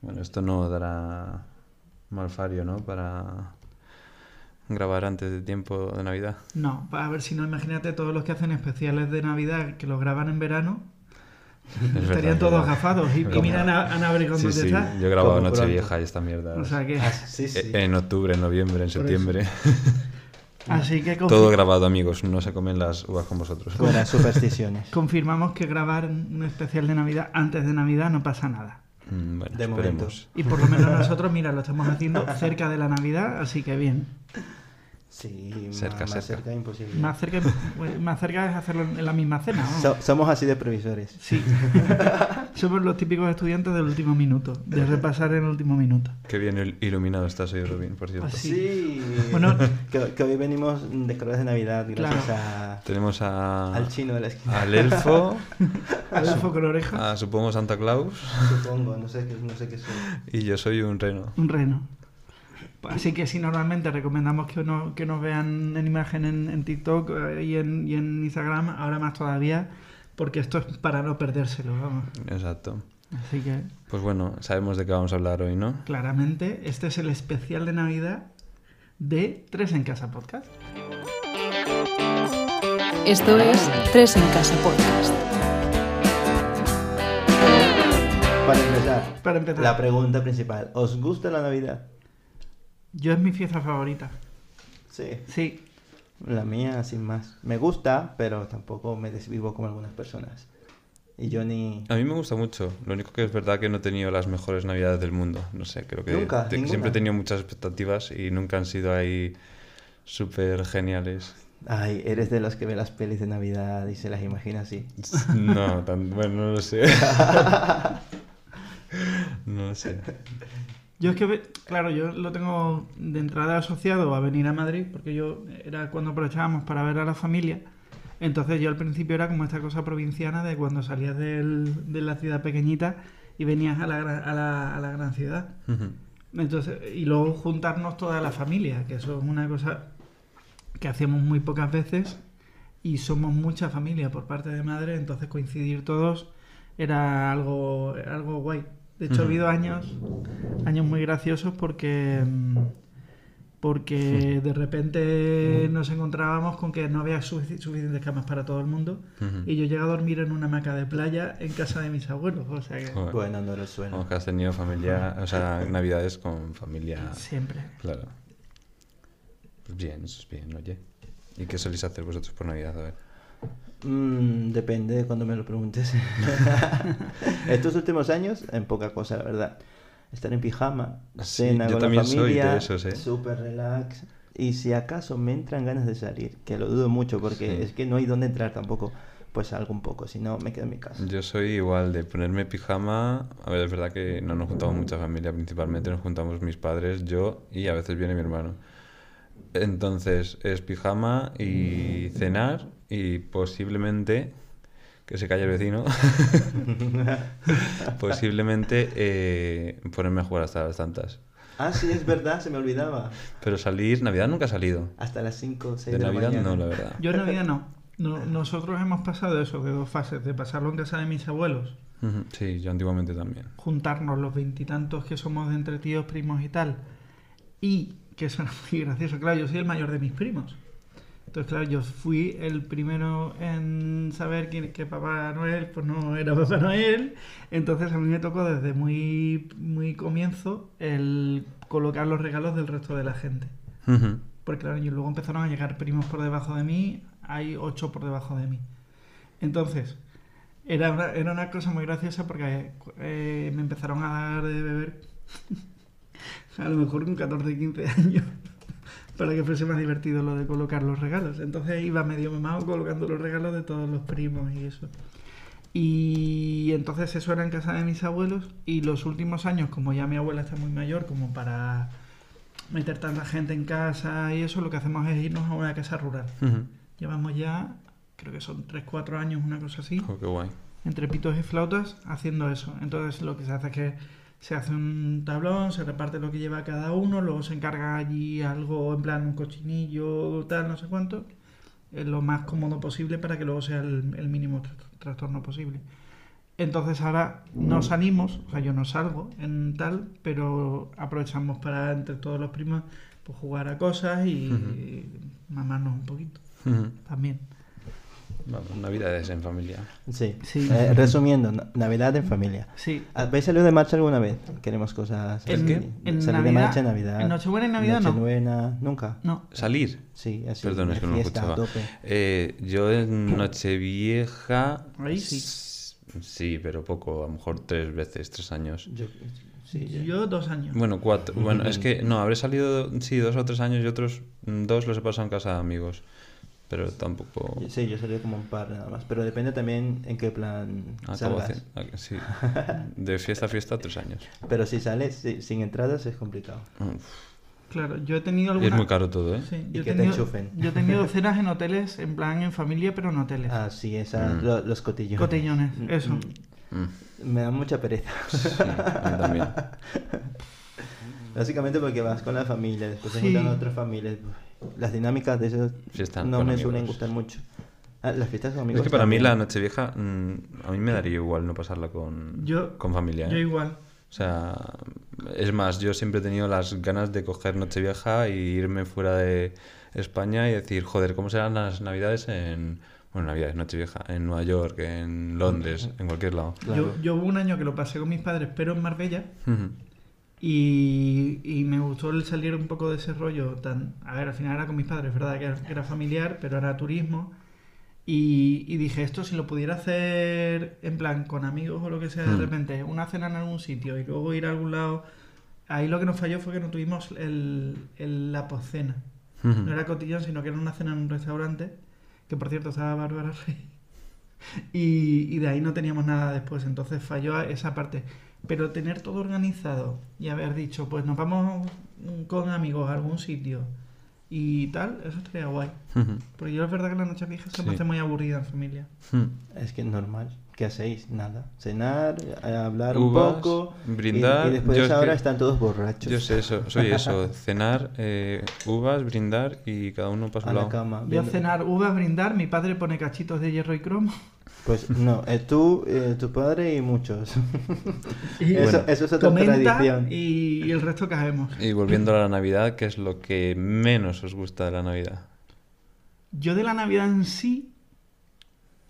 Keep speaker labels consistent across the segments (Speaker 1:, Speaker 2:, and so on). Speaker 1: Bueno, esto no dará malfario, ¿no? Para grabar antes de tiempo de Navidad.
Speaker 2: No, a ver si no, imagínate todos los que hacen especiales de Navidad que los graban en verano. Estarían
Speaker 1: verdad,
Speaker 2: todos
Speaker 1: verdad.
Speaker 2: agafados y, y
Speaker 1: Como-
Speaker 2: mira a Na- a Nabri cuando
Speaker 1: Sí, sí,
Speaker 2: está.
Speaker 1: yo he grabado
Speaker 3: Como
Speaker 1: Nochevieja
Speaker 3: pronto.
Speaker 1: y esta mierda.
Speaker 2: O sea que,
Speaker 3: Ah, sí, sí.
Speaker 1: E- En octubre, en noviembre, en
Speaker 2: eso.
Speaker 1: septiembre.
Speaker 2: así que confi-
Speaker 1: Ah, Todo grabado, amigos. No se comen las uvas con vosotros. ¿eh?
Speaker 3: Fuera, supersticiones.
Speaker 2: confirmamos que grabar un especial de Navidad antes de Navidad no pasa nada.
Speaker 1: Mm, Bueno,
Speaker 3: De momento.
Speaker 1: esperemos.
Speaker 2: Y por lo menos nosotros, mira, lo estamos haciendo cerca de la Navidad, así que bien.
Speaker 3: Sí,
Speaker 1: Cerca,
Speaker 3: más, más
Speaker 1: cerca.
Speaker 3: cerca imposible.
Speaker 2: Más cerca, más cerca es hacerlo en la misma cena. ¿no?
Speaker 3: So- somos así de previsores.
Speaker 2: Sí. Somos los típicos estudiantes del último minuto, de repasar en el último minuto.
Speaker 1: Qué bien il- iluminado estás hoy, Rubín, por cierto.
Speaker 2: Así. Sí. Bueno-
Speaker 3: Bueno, que, que hoy venimos de colores de Navidad gracias a-
Speaker 1: Tenemos a...
Speaker 3: al chino de la esquina.
Speaker 1: Ah. al elfo,
Speaker 2: Al elfo con oreja,
Speaker 1: a supongo Santa Claus,
Speaker 3: Supongo, no sé qué, no sé qué soy.
Speaker 1: y yo soy un reno.
Speaker 2: un reno. Así que sí, normalmente recomendamos que, uno- que nos vean en imagen en, en TikTok eh, y en, y en Instagram, ahora más todavía, porque esto es para no perdérselo, vamos.
Speaker 1: Exacto.
Speaker 2: Así que
Speaker 1: Pues bueno, sabemos de qué vamos a hablar hoy, ¿no?
Speaker 2: claramente este es el especial de Navidad de Tres en Casa Podcast.
Speaker 4: Esto es Tres en Casa Podcast.
Speaker 3: Para empezar,
Speaker 2: Para empezar,
Speaker 3: la pregunta principal. ¿Os gusta la Navidad?
Speaker 2: yo es mi fiesta favorita.
Speaker 3: Sí.
Speaker 2: Sí,
Speaker 3: La mía, sin más. Me gusta, pero tampoco me desvivo como algunas personas. Y yo ni...
Speaker 1: A mí me gusta mucho. Lo único que es verdad que no he tenido las mejores navidades del mundo. No sé, creo que
Speaker 3: Nunca,
Speaker 1: te-
Speaker 3: ninguna.
Speaker 1: siempre he tenido muchas expectativas y nunca han sido ahí súper geniales.
Speaker 3: Ay, eres de los que ve las pelis de Navidad y se las imagina así.
Speaker 1: No, tan, bueno, no lo sé. No lo sé.
Speaker 2: Yo es que, ve- claro, yo lo tengo de entrada asociado a venir a Madrid, porque yo era cuando aprovechábamos para ver a la familia. Entonces yo al principio era como esta cosa provinciana de cuando salías del- de la ciudad pequeñita y venías a la, gran- a la- a la gran ciudad. Entonces, y luego juntarnos toda la familia, que eso es una cosa que hacemos muy pocas veces y somos mucha familia por parte de madre, entonces coincidir todos era algo, algo guay. De hecho,
Speaker 1: Ujú.
Speaker 2: ha habido años, años muy graciosos porque, mm, porque de repente nos encontrábamos con que no había sufici- suficientes camas para todo el mundo
Speaker 1: Ujú.
Speaker 2: y yo llegué a dormir en una hamaca de playa en casa de mis abuelos, o sea que
Speaker 1: Joder.
Speaker 3: Bueno, no lo suena.
Speaker 1: Vamos, que has tenido familia, o sea, navidades con familia.
Speaker 2: siempre.
Speaker 1: Claro. Pues bien, eso es bien, oye. ¿Y qué soléis hacer vosotros por Navidad? A ver.
Speaker 3: Mm, depende de cuando me lo preguntes. Estos últimos años, en poca cosa, la verdad. Estar en pijama,
Speaker 1: Sí,
Speaker 3: cena
Speaker 1: yo
Speaker 3: con
Speaker 1: también
Speaker 3: la
Speaker 1: soy
Speaker 3: familia,
Speaker 1: de esos, ¿eh?
Speaker 3: super relax. Y si acaso me entran ganas de salir, que lo dudo mucho porque
Speaker 1: Sí.
Speaker 3: es que no hay dónde entrar tampoco, pues salgo un poco, si no me quedo en mi casa.
Speaker 1: Yo soy igual de ponerme pijama. A ver, es verdad que no nos juntamos mucha familia, principalmente nos juntamos mis padres, yo y a veces viene mi hermano. Entonces es pijama y cenar y posiblemente que se calle el vecino. posiblemente eh, ponerme a jugar hasta las tantas.
Speaker 3: Ah, sí, es verdad, se me olvidaba.
Speaker 1: Pero salir, Navidad nunca ha salido.
Speaker 3: Hasta las 5 o 6 de,
Speaker 1: De
Speaker 3: la
Speaker 1: Navidad
Speaker 3: mañana.
Speaker 1: no, la verdad.
Speaker 2: Yo en Navidad no. No- Nosotros hemos pasado eso, de dos fases, de pasarlo en casa de mis abuelos,
Speaker 1: Ujú, Sí, yo antiguamente también.
Speaker 2: juntarnos los veintitantos que somos de entre tíos, primos y tal, y que eso era muy gracioso, claro, yo soy el mayor de mis primos. Entonces, claro, yo fui el primero en saber quién, que Papá Noel, pues no era Papá Noel. Entonces a mí me tocó desde muy, muy comienzo el colocar los regalos del resto de la gente.
Speaker 1: Ujú.
Speaker 2: Porque claro, y luego empezaron a llegar primos por debajo de mí, hay ocho por debajo de mí. Entonces, era una, era una cosa muy graciosa porque eh, me empezaron a dar de beber, a lo mejor con 14, 15 años, para que fuese más divertido lo de colocar los regalos. Entonces iba medio mamado colocando los regalos de todos los primos y eso. Y entonces eso era en casa de mis abuelos y los últimos años, como ya mi abuela está muy mayor, como para meter tanta gente en casa y eso, lo que hacemos es irnos a una casa rural.
Speaker 1: Ujú.
Speaker 2: Llevamos ya, creo que son 3-4 años, una cosa así,
Speaker 1: Jo, Oh, qué guay.
Speaker 2: entre pitos y flautas, haciendo eso. Entonces lo que se hace es que se hace un tablón, se reparte lo que lleva cada uno, luego se encarga allí algo en plan un cochinillo, tal, no sé cuánto, eh, lo más cómodo posible para que luego sea el, el mínimo tra- trastorno posible. Entonces ahora nos salimos, o sea, yo no salgo en tal, pero aprovechamos para entre todos los primos pues, jugar a cosas y, mamarnos un poquito
Speaker 1: Ujú.
Speaker 2: también.
Speaker 1: Vamos, una vida de esa en familia.
Speaker 3: Sí.
Speaker 2: Sí.
Speaker 3: Eh, resumiendo, na- Navidad en familia.
Speaker 2: Sí.
Speaker 3: ¿Habéis salido de marcha alguna vez? Queremos cosas.
Speaker 2: En-
Speaker 3: así.
Speaker 2: en
Speaker 3: Salir de
Speaker 2: Navidad-
Speaker 3: marcha en Navidad.
Speaker 2: en Nochebuena y Navidad no.
Speaker 3: Nochebuena, nunca.
Speaker 2: No,
Speaker 1: Salir.
Speaker 3: Sí, así.
Speaker 1: Perdón, es
Speaker 3: de
Speaker 1: que no lo
Speaker 3: fiesta, a
Speaker 1: escuchaba.
Speaker 3: tope.
Speaker 1: Eh, yo en Nochevieja.
Speaker 2: Ahí sí.
Speaker 1: s- Sí, pero poco, a lo mejor tres veces, tres años.
Speaker 3: Yo, sí, yo-
Speaker 2: yo dos años.
Speaker 1: Bueno, cuatro. Bueno, es que no, habré salido, sí, dos o tres años y otros mm, dos los he pasado en casa de amigos. Pero tampoco.
Speaker 3: sí, yo salí como un par nada más. Pero depende también en qué plan
Speaker 1: Acabo
Speaker 3: salgas.
Speaker 1: haciendo. ah, Sí. De fiesta a fiesta, tres años.
Speaker 3: Pero si sales sí, sin entradas es complicado.
Speaker 1: Uf,
Speaker 2: Claro, yo he tenido
Speaker 1: y es
Speaker 2: alguna...
Speaker 1: muy caro todo, ¿eh?
Speaker 2: Sí,
Speaker 3: Y
Speaker 2: yo he
Speaker 3: que te
Speaker 2: tenido-
Speaker 3: enchufen.
Speaker 2: Yo he tenido cenas en hoteles, en plan en familia, pero en hoteles.
Speaker 3: Ah, sí, esa,
Speaker 1: Mm.
Speaker 3: lo- los cotillones.
Speaker 2: Cotillones, eso.
Speaker 1: Mm,
Speaker 3: Me da mucha pereza.
Speaker 1: sí, a mí también.
Speaker 3: Básicamente porque vas con la familia, después se
Speaker 2: Sí.
Speaker 3: juntan otras familias. pues, Las dinámicas de eso
Speaker 1: Fiesta
Speaker 3: no
Speaker 1: con
Speaker 3: me
Speaker 1: amigos.
Speaker 3: suelen gustar mucho. Ah, las fiestas con amigos.
Speaker 1: Es que para mí la
Speaker 3: también.
Speaker 1: Nochevieja, mm, a mí me daría igual no pasarla con,
Speaker 2: Yo-
Speaker 1: con familia.
Speaker 2: Yo
Speaker 1: ¿eh?
Speaker 2: igual.
Speaker 1: O sea, es más, yo siempre he tenido las ganas de coger Nochevieja y irme fuera de España y decir, joder, ¿cómo serán las Navidades en. Bueno, Navidades, Nochevieja, en Nueva York, en Londres, en cualquier lado.
Speaker 3: Claro.
Speaker 2: Yo, yo hubo un año que lo pasé con mis padres, pero en Marbella,
Speaker 1: Ujú.
Speaker 2: y, y me gustó el salir un poco de ese rollo tan... A ver, al final era con mis padres, ¿verdad? Que era, que era familiar, pero era turismo. Y, y dije, esto si lo pudiera hacer en plan con amigos o lo que sea, de
Speaker 1: Mm.
Speaker 2: repente, una cena en algún sitio y luego ir a algún lado... Ahí lo que nos falló fue que no tuvimos el, el- la poscena.
Speaker 1: Ujú.
Speaker 2: No era cotillón, sino que era una cena en un restaurante, que por cierto estaba Bárbara Rey. Y, y de ahí no teníamos nada después, entonces falló a- esa parte. Pero tener todo organizado y haber dicho, pues nos vamos mm, con amigos a algún sitio y tal, eso estaría guay.
Speaker 1: Ujú.
Speaker 2: Porque yo es verdad que la noche vieja se me
Speaker 1: Sí.
Speaker 2: hace muy aburrida en familia.
Speaker 1: Ujú.
Speaker 3: Es que es normal. ¿Qué hacéis? Nada. Cenar, eh, hablar
Speaker 1: Uvas,
Speaker 3: un poco. y-
Speaker 1: brindar.
Speaker 3: Y, después
Speaker 1: Yo
Speaker 3: de esa
Speaker 1: es que-
Speaker 3: hora están todos borrachos.
Speaker 1: Yo sé eso, soy eso, cenar, eh, uvas, brindar y cada uno para
Speaker 3: A
Speaker 1: su
Speaker 3: la
Speaker 1: lado.
Speaker 3: cama.
Speaker 2: Yo a
Speaker 3: viendo-
Speaker 2: cenar uvas, brindar, mi padre pone cachitos de hierro y cromo.
Speaker 3: Pues no, eh, tú, eh, tu padre y muchos.
Speaker 2: Y
Speaker 3: eso,
Speaker 1: Bueno.
Speaker 3: eso es otra
Speaker 2: comenta
Speaker 3: tradición.
Speaker 2: Y, y el resto caemos.
Speaker 1: Y volviendo a la Navidad, ¿qué es lo que menos os gusta de la Navidad?
Speaker 2: Yo de la Navidad en sí,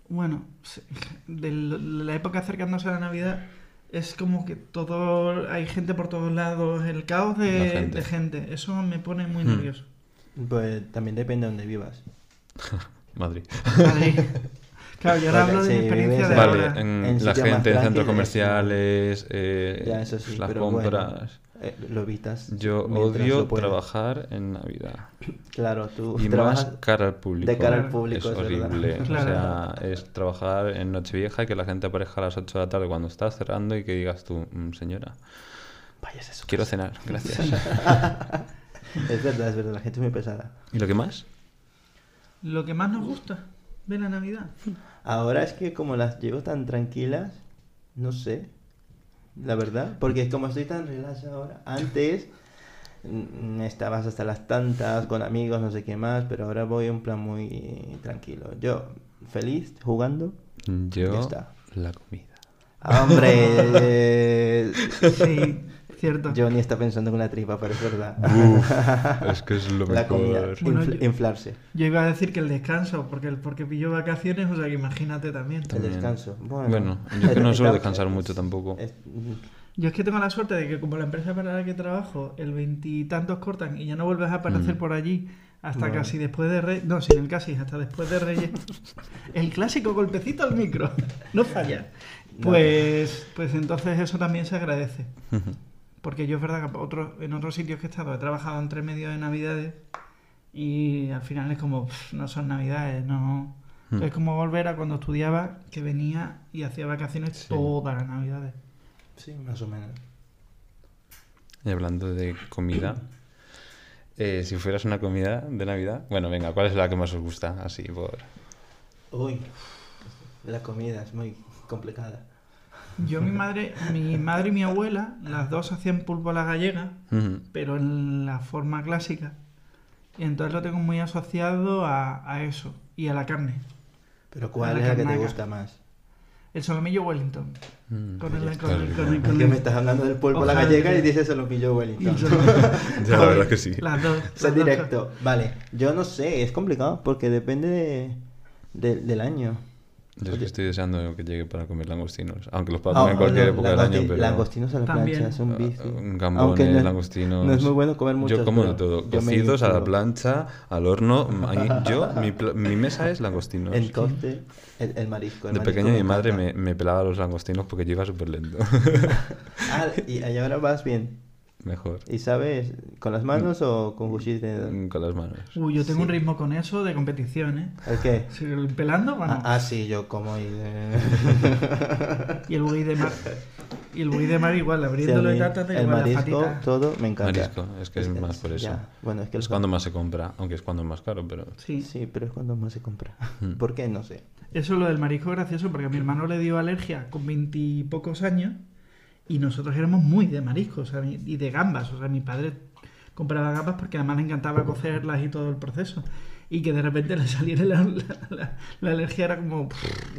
Speaker 2: bueno, se- de l- la época acercándose a la Navidad, es como que todo, hay gente por todos lados, el caos de
Speaker 1: La
Speaker 2: de
Speaker 1: gente.
Speaker 2: gente. Eso me pone muy
Speaker 1: Hmm.
Speaker 2: nervioso.
Speaker 3: Pues también depende de donde vivas.
Speaker 1: Madrid.
Speaker 2: Vale. Claro, yo ahora
Speaker 3: Vale,
Speaker 2: hablo de
Speaker 3: sí,
Speaker 2: mi experiencia
Speaker 3: vives
Speaker 2: de
Speaker 3: en-
Speaker 1: Vale,
Speaker 2: ahora.
Speaker 1: en
Speaker 3: en
Speaker 1: la
Speaker 3: sitios más
Speaker 1: gente, en centros
Speaker 3: tranquilos.
Speaker 1: comerciales, eh,
Speaker 3: Ya, eso sí,
Speaker 1: las
Speaker 3: pero
Speaker 1: compras.
Speaker 3: bueno. eh, lo evitas.
Speaker 1: Yo
Speaker 3: mientras
Speaker 1: odio
Speaker 3: lo puedas.
Speaker 1: trabajar en Navidad.
Speaker 3: Claro, tú
Speaker 1: Y
Speaker 3: trabajas.
Speaker 1: más cara al público.
Speaker 3: de cara al público,
Speaker 1: Es
Speaker 3: es verdad.
Speaker 1: horrible.
Speaker 2: Claro.
Speaker 1: O sea, es trabajar en Nochevieja y que la gente aparezca a las 8 de la tarde cuando estás cerrando y que digas tú, "Mm, señora,
Speaker 3: Vayas a su
Speaker 1: quiero cenar, gracias.
Speaker 3: Es verdad, es verdad, la gente es muy pesada.
Speaker 1: ¿Y lo que más?
Speaker 2: Lo que más nos gusta de la Navidad.
Speaker 3: Ahora es que como las llevo tan tranquilas, no sé, la verdad, porque como estoy tan relax ahora, antes mm, estabas hasta las tantas con amigos, no sé qué más, pero ahora voy en plan muy tranquilo. Yo, feliz, jugando. Ya
Speaker 1: Yo,
Speaker 3: está.
Speaker 1: la comida.
Speaker 3: ¡Ah, ¡Hombre!
Speaker 2: Sí, cierto.
Speaker 3: Johnny está pensando con la tripa, pero es verdad.
Speaker 1: es que es lo
Speaker 3: la comida,
Speaker 1: mejor.
Speaker 2: Bueno,
Speaker 3: infl-
Speaker 2: yo-
Speaker 3: inflarse,
Speaker 2: Yo iba a decir que el descanso, porque, el- porque pilló vacaciones, o sea que imagínate también.
Speaker 1: También.
Speaker 3: el descanso. Bueno,
Speaker 1: Bueno, yo que no suelo
Speaker 3: Estamos-
Speaker 1: descansar mucho tampoco.
Speaker 3: es-
Speaker 2: Yo es que tengo la suerte de que como la empresa para la que trabajo, el veintitantos cortan y ya no vuelves a aparecer
Speaker 1: Mm.
Speaker 2: por allí hasta
Speaker 3: Vale.
Speaker 2: casi después de Reyes. No, sin el casi, hasta después de Reyes. el clásico golpecito al micro. No falla.
Speaker 3: No.
Speaker 2: Pues, pues entonces eso también se agradece. Porque yo es verdad que otro- en otros sitios que he estado he trabajado entre medio de navidades y al final es como, "Pff, no son navidades, no...
Speaker 1: Mm.
Speaker 2: Es como volver a cuando estudiaba, que venía y hacía vacaciones
Speaker 1: Sí.
Speaker 2: todas las navidades.
Speaker 3: Sí, más o menos.
Speaker 1: Y hablando de comida, eh, si fueras una comida de Navidad, bueno, venga, ¿cuál es la que más os gusta? Así, por...
Speaker 3: Uy, la comida es muy complicada.
Speaker 2: Yo, mi madre, mi madre y mi abuela, las dos hacían pulpo a la gallega,
Speaker 1: Ujú.
Speaker 2: pero en la forma clásica. Y entonces lo tengo muy asociado a, a eso y a la carne.
Speaker 3: Pero ¿cuál
Speaker 2: La
Speaker 3: es la que te
Speaker 2: carnaca.
Speaker 3: gusta más?
Speaker 2: El solomillo Wellington.
Speaker 1: Mm.
Speaker 2: Con el,
Speaker 1: Ya
Speaker 2: con el-
Speaker 1: está,
Speaker 2: con
Speaker 1: ya.
Speaker 2: el- con
Speaker 3: Es que
Speaker 2: el-
Speaker 3: me estás hablando del polvo a la
Speaker 2: Ojalá.
Speaker 3: gallega y dices se lo pilló
Speaker 2: y el
Speaker 3: Wellington.
Speaker 2: solomillo.
Speaker 1: Ya, la verdad es que sí.
Speaker 2: Las dos.
Speaker 3: Ser
Speaker 2: las dos.
Speaker 3: directo. Vale, yo no sé, es complicado porque depende de, de- del año.
Speaker 1: Yo es que estoy deseando que llegue para comer langostinos. Aunque los pueda
Speaker 3: Ah,
Speaker 1: comer en cualquier
Speaker 3: no,
Speaker 1: época del año,
Speaker 3: langosti-
Speaker 1: pero...
Speaker 3: Langostinos a la
Speaker 2: También.
Speaker 3: plancha, es un bici.
Speaker 1: ah,
Speaker 3: Aunque
Speaker 1: Gambones,
Speaker 3: no es-
Speaker 1: langostinos...
Speaker 3: No es muy bueno comer mucho.
Speaker 1: Yo como de todo. Cocidos a la plancha, al horno. mm, ahí- yo, mi, pla- mi mesa es langostinos.
Speaker 3: El cóctel, el, el marisco. el
Speaker 1: de
Speaker 3: marisco
Speaker 1: pequeño
Speaker 3: me
Speaker 1: mi madre
Speaker 3: encanta.
Speaker 1: me, me pelaba los langostinos porque yo iba súper lento.
Speaker 3: Ah, y, y ahora vas bien.
Speaker 1: Mejor.
Speaker 3: ¿Y sabes con las manos o con cuchillo de dedo?
Speaker 1: Mm, Con las manos.
Speaker 2: Uy, yo tengo un ritmo con eso de competición, ¿eh?
Speaker 3: ¿El qué?
Speaker 2: Si el pelando, vamos.
Speaker 3: Ah, ah, sí, yo como y... eh,
Speaker 2: Y el buey de mar. Y el buey de mar igual,
Speaker 3: Sí, a
Speaker 2: abriéndolo
Speaker 3: mí
Speaker 2: y tal, tal, tal,
Speaker 3: el
Speaker 2: igual, la
Speaker 3: marisco,
Speaker 2: patita.
Speaker 3: todo, me encanta. Este,
Speaker 1: Marisco, es que es más por eso.
Speaker 3: ya. Bueno, es que el
Speaker 1: Es cuando más se compra, aunque es cuando más caro, pero...
Speaker 2: Sí.
Speaker 3: Sí, pero es cuando más se compra.
Speaker 1: Mm.
Speaker 3: ¿Por qué? No sé.
Speaker 2: Eso lo del marisco es gracioso porque a mi hermano le dio alergia con veintipocos años y nosotros éramos muy de mariscos o sea, mi- y de gambas. O sea, mi padre compraba gambas porque además le encantaba cocerlas y todo el proceso. Y que de repente le saliera la, la- la- la alergia era como...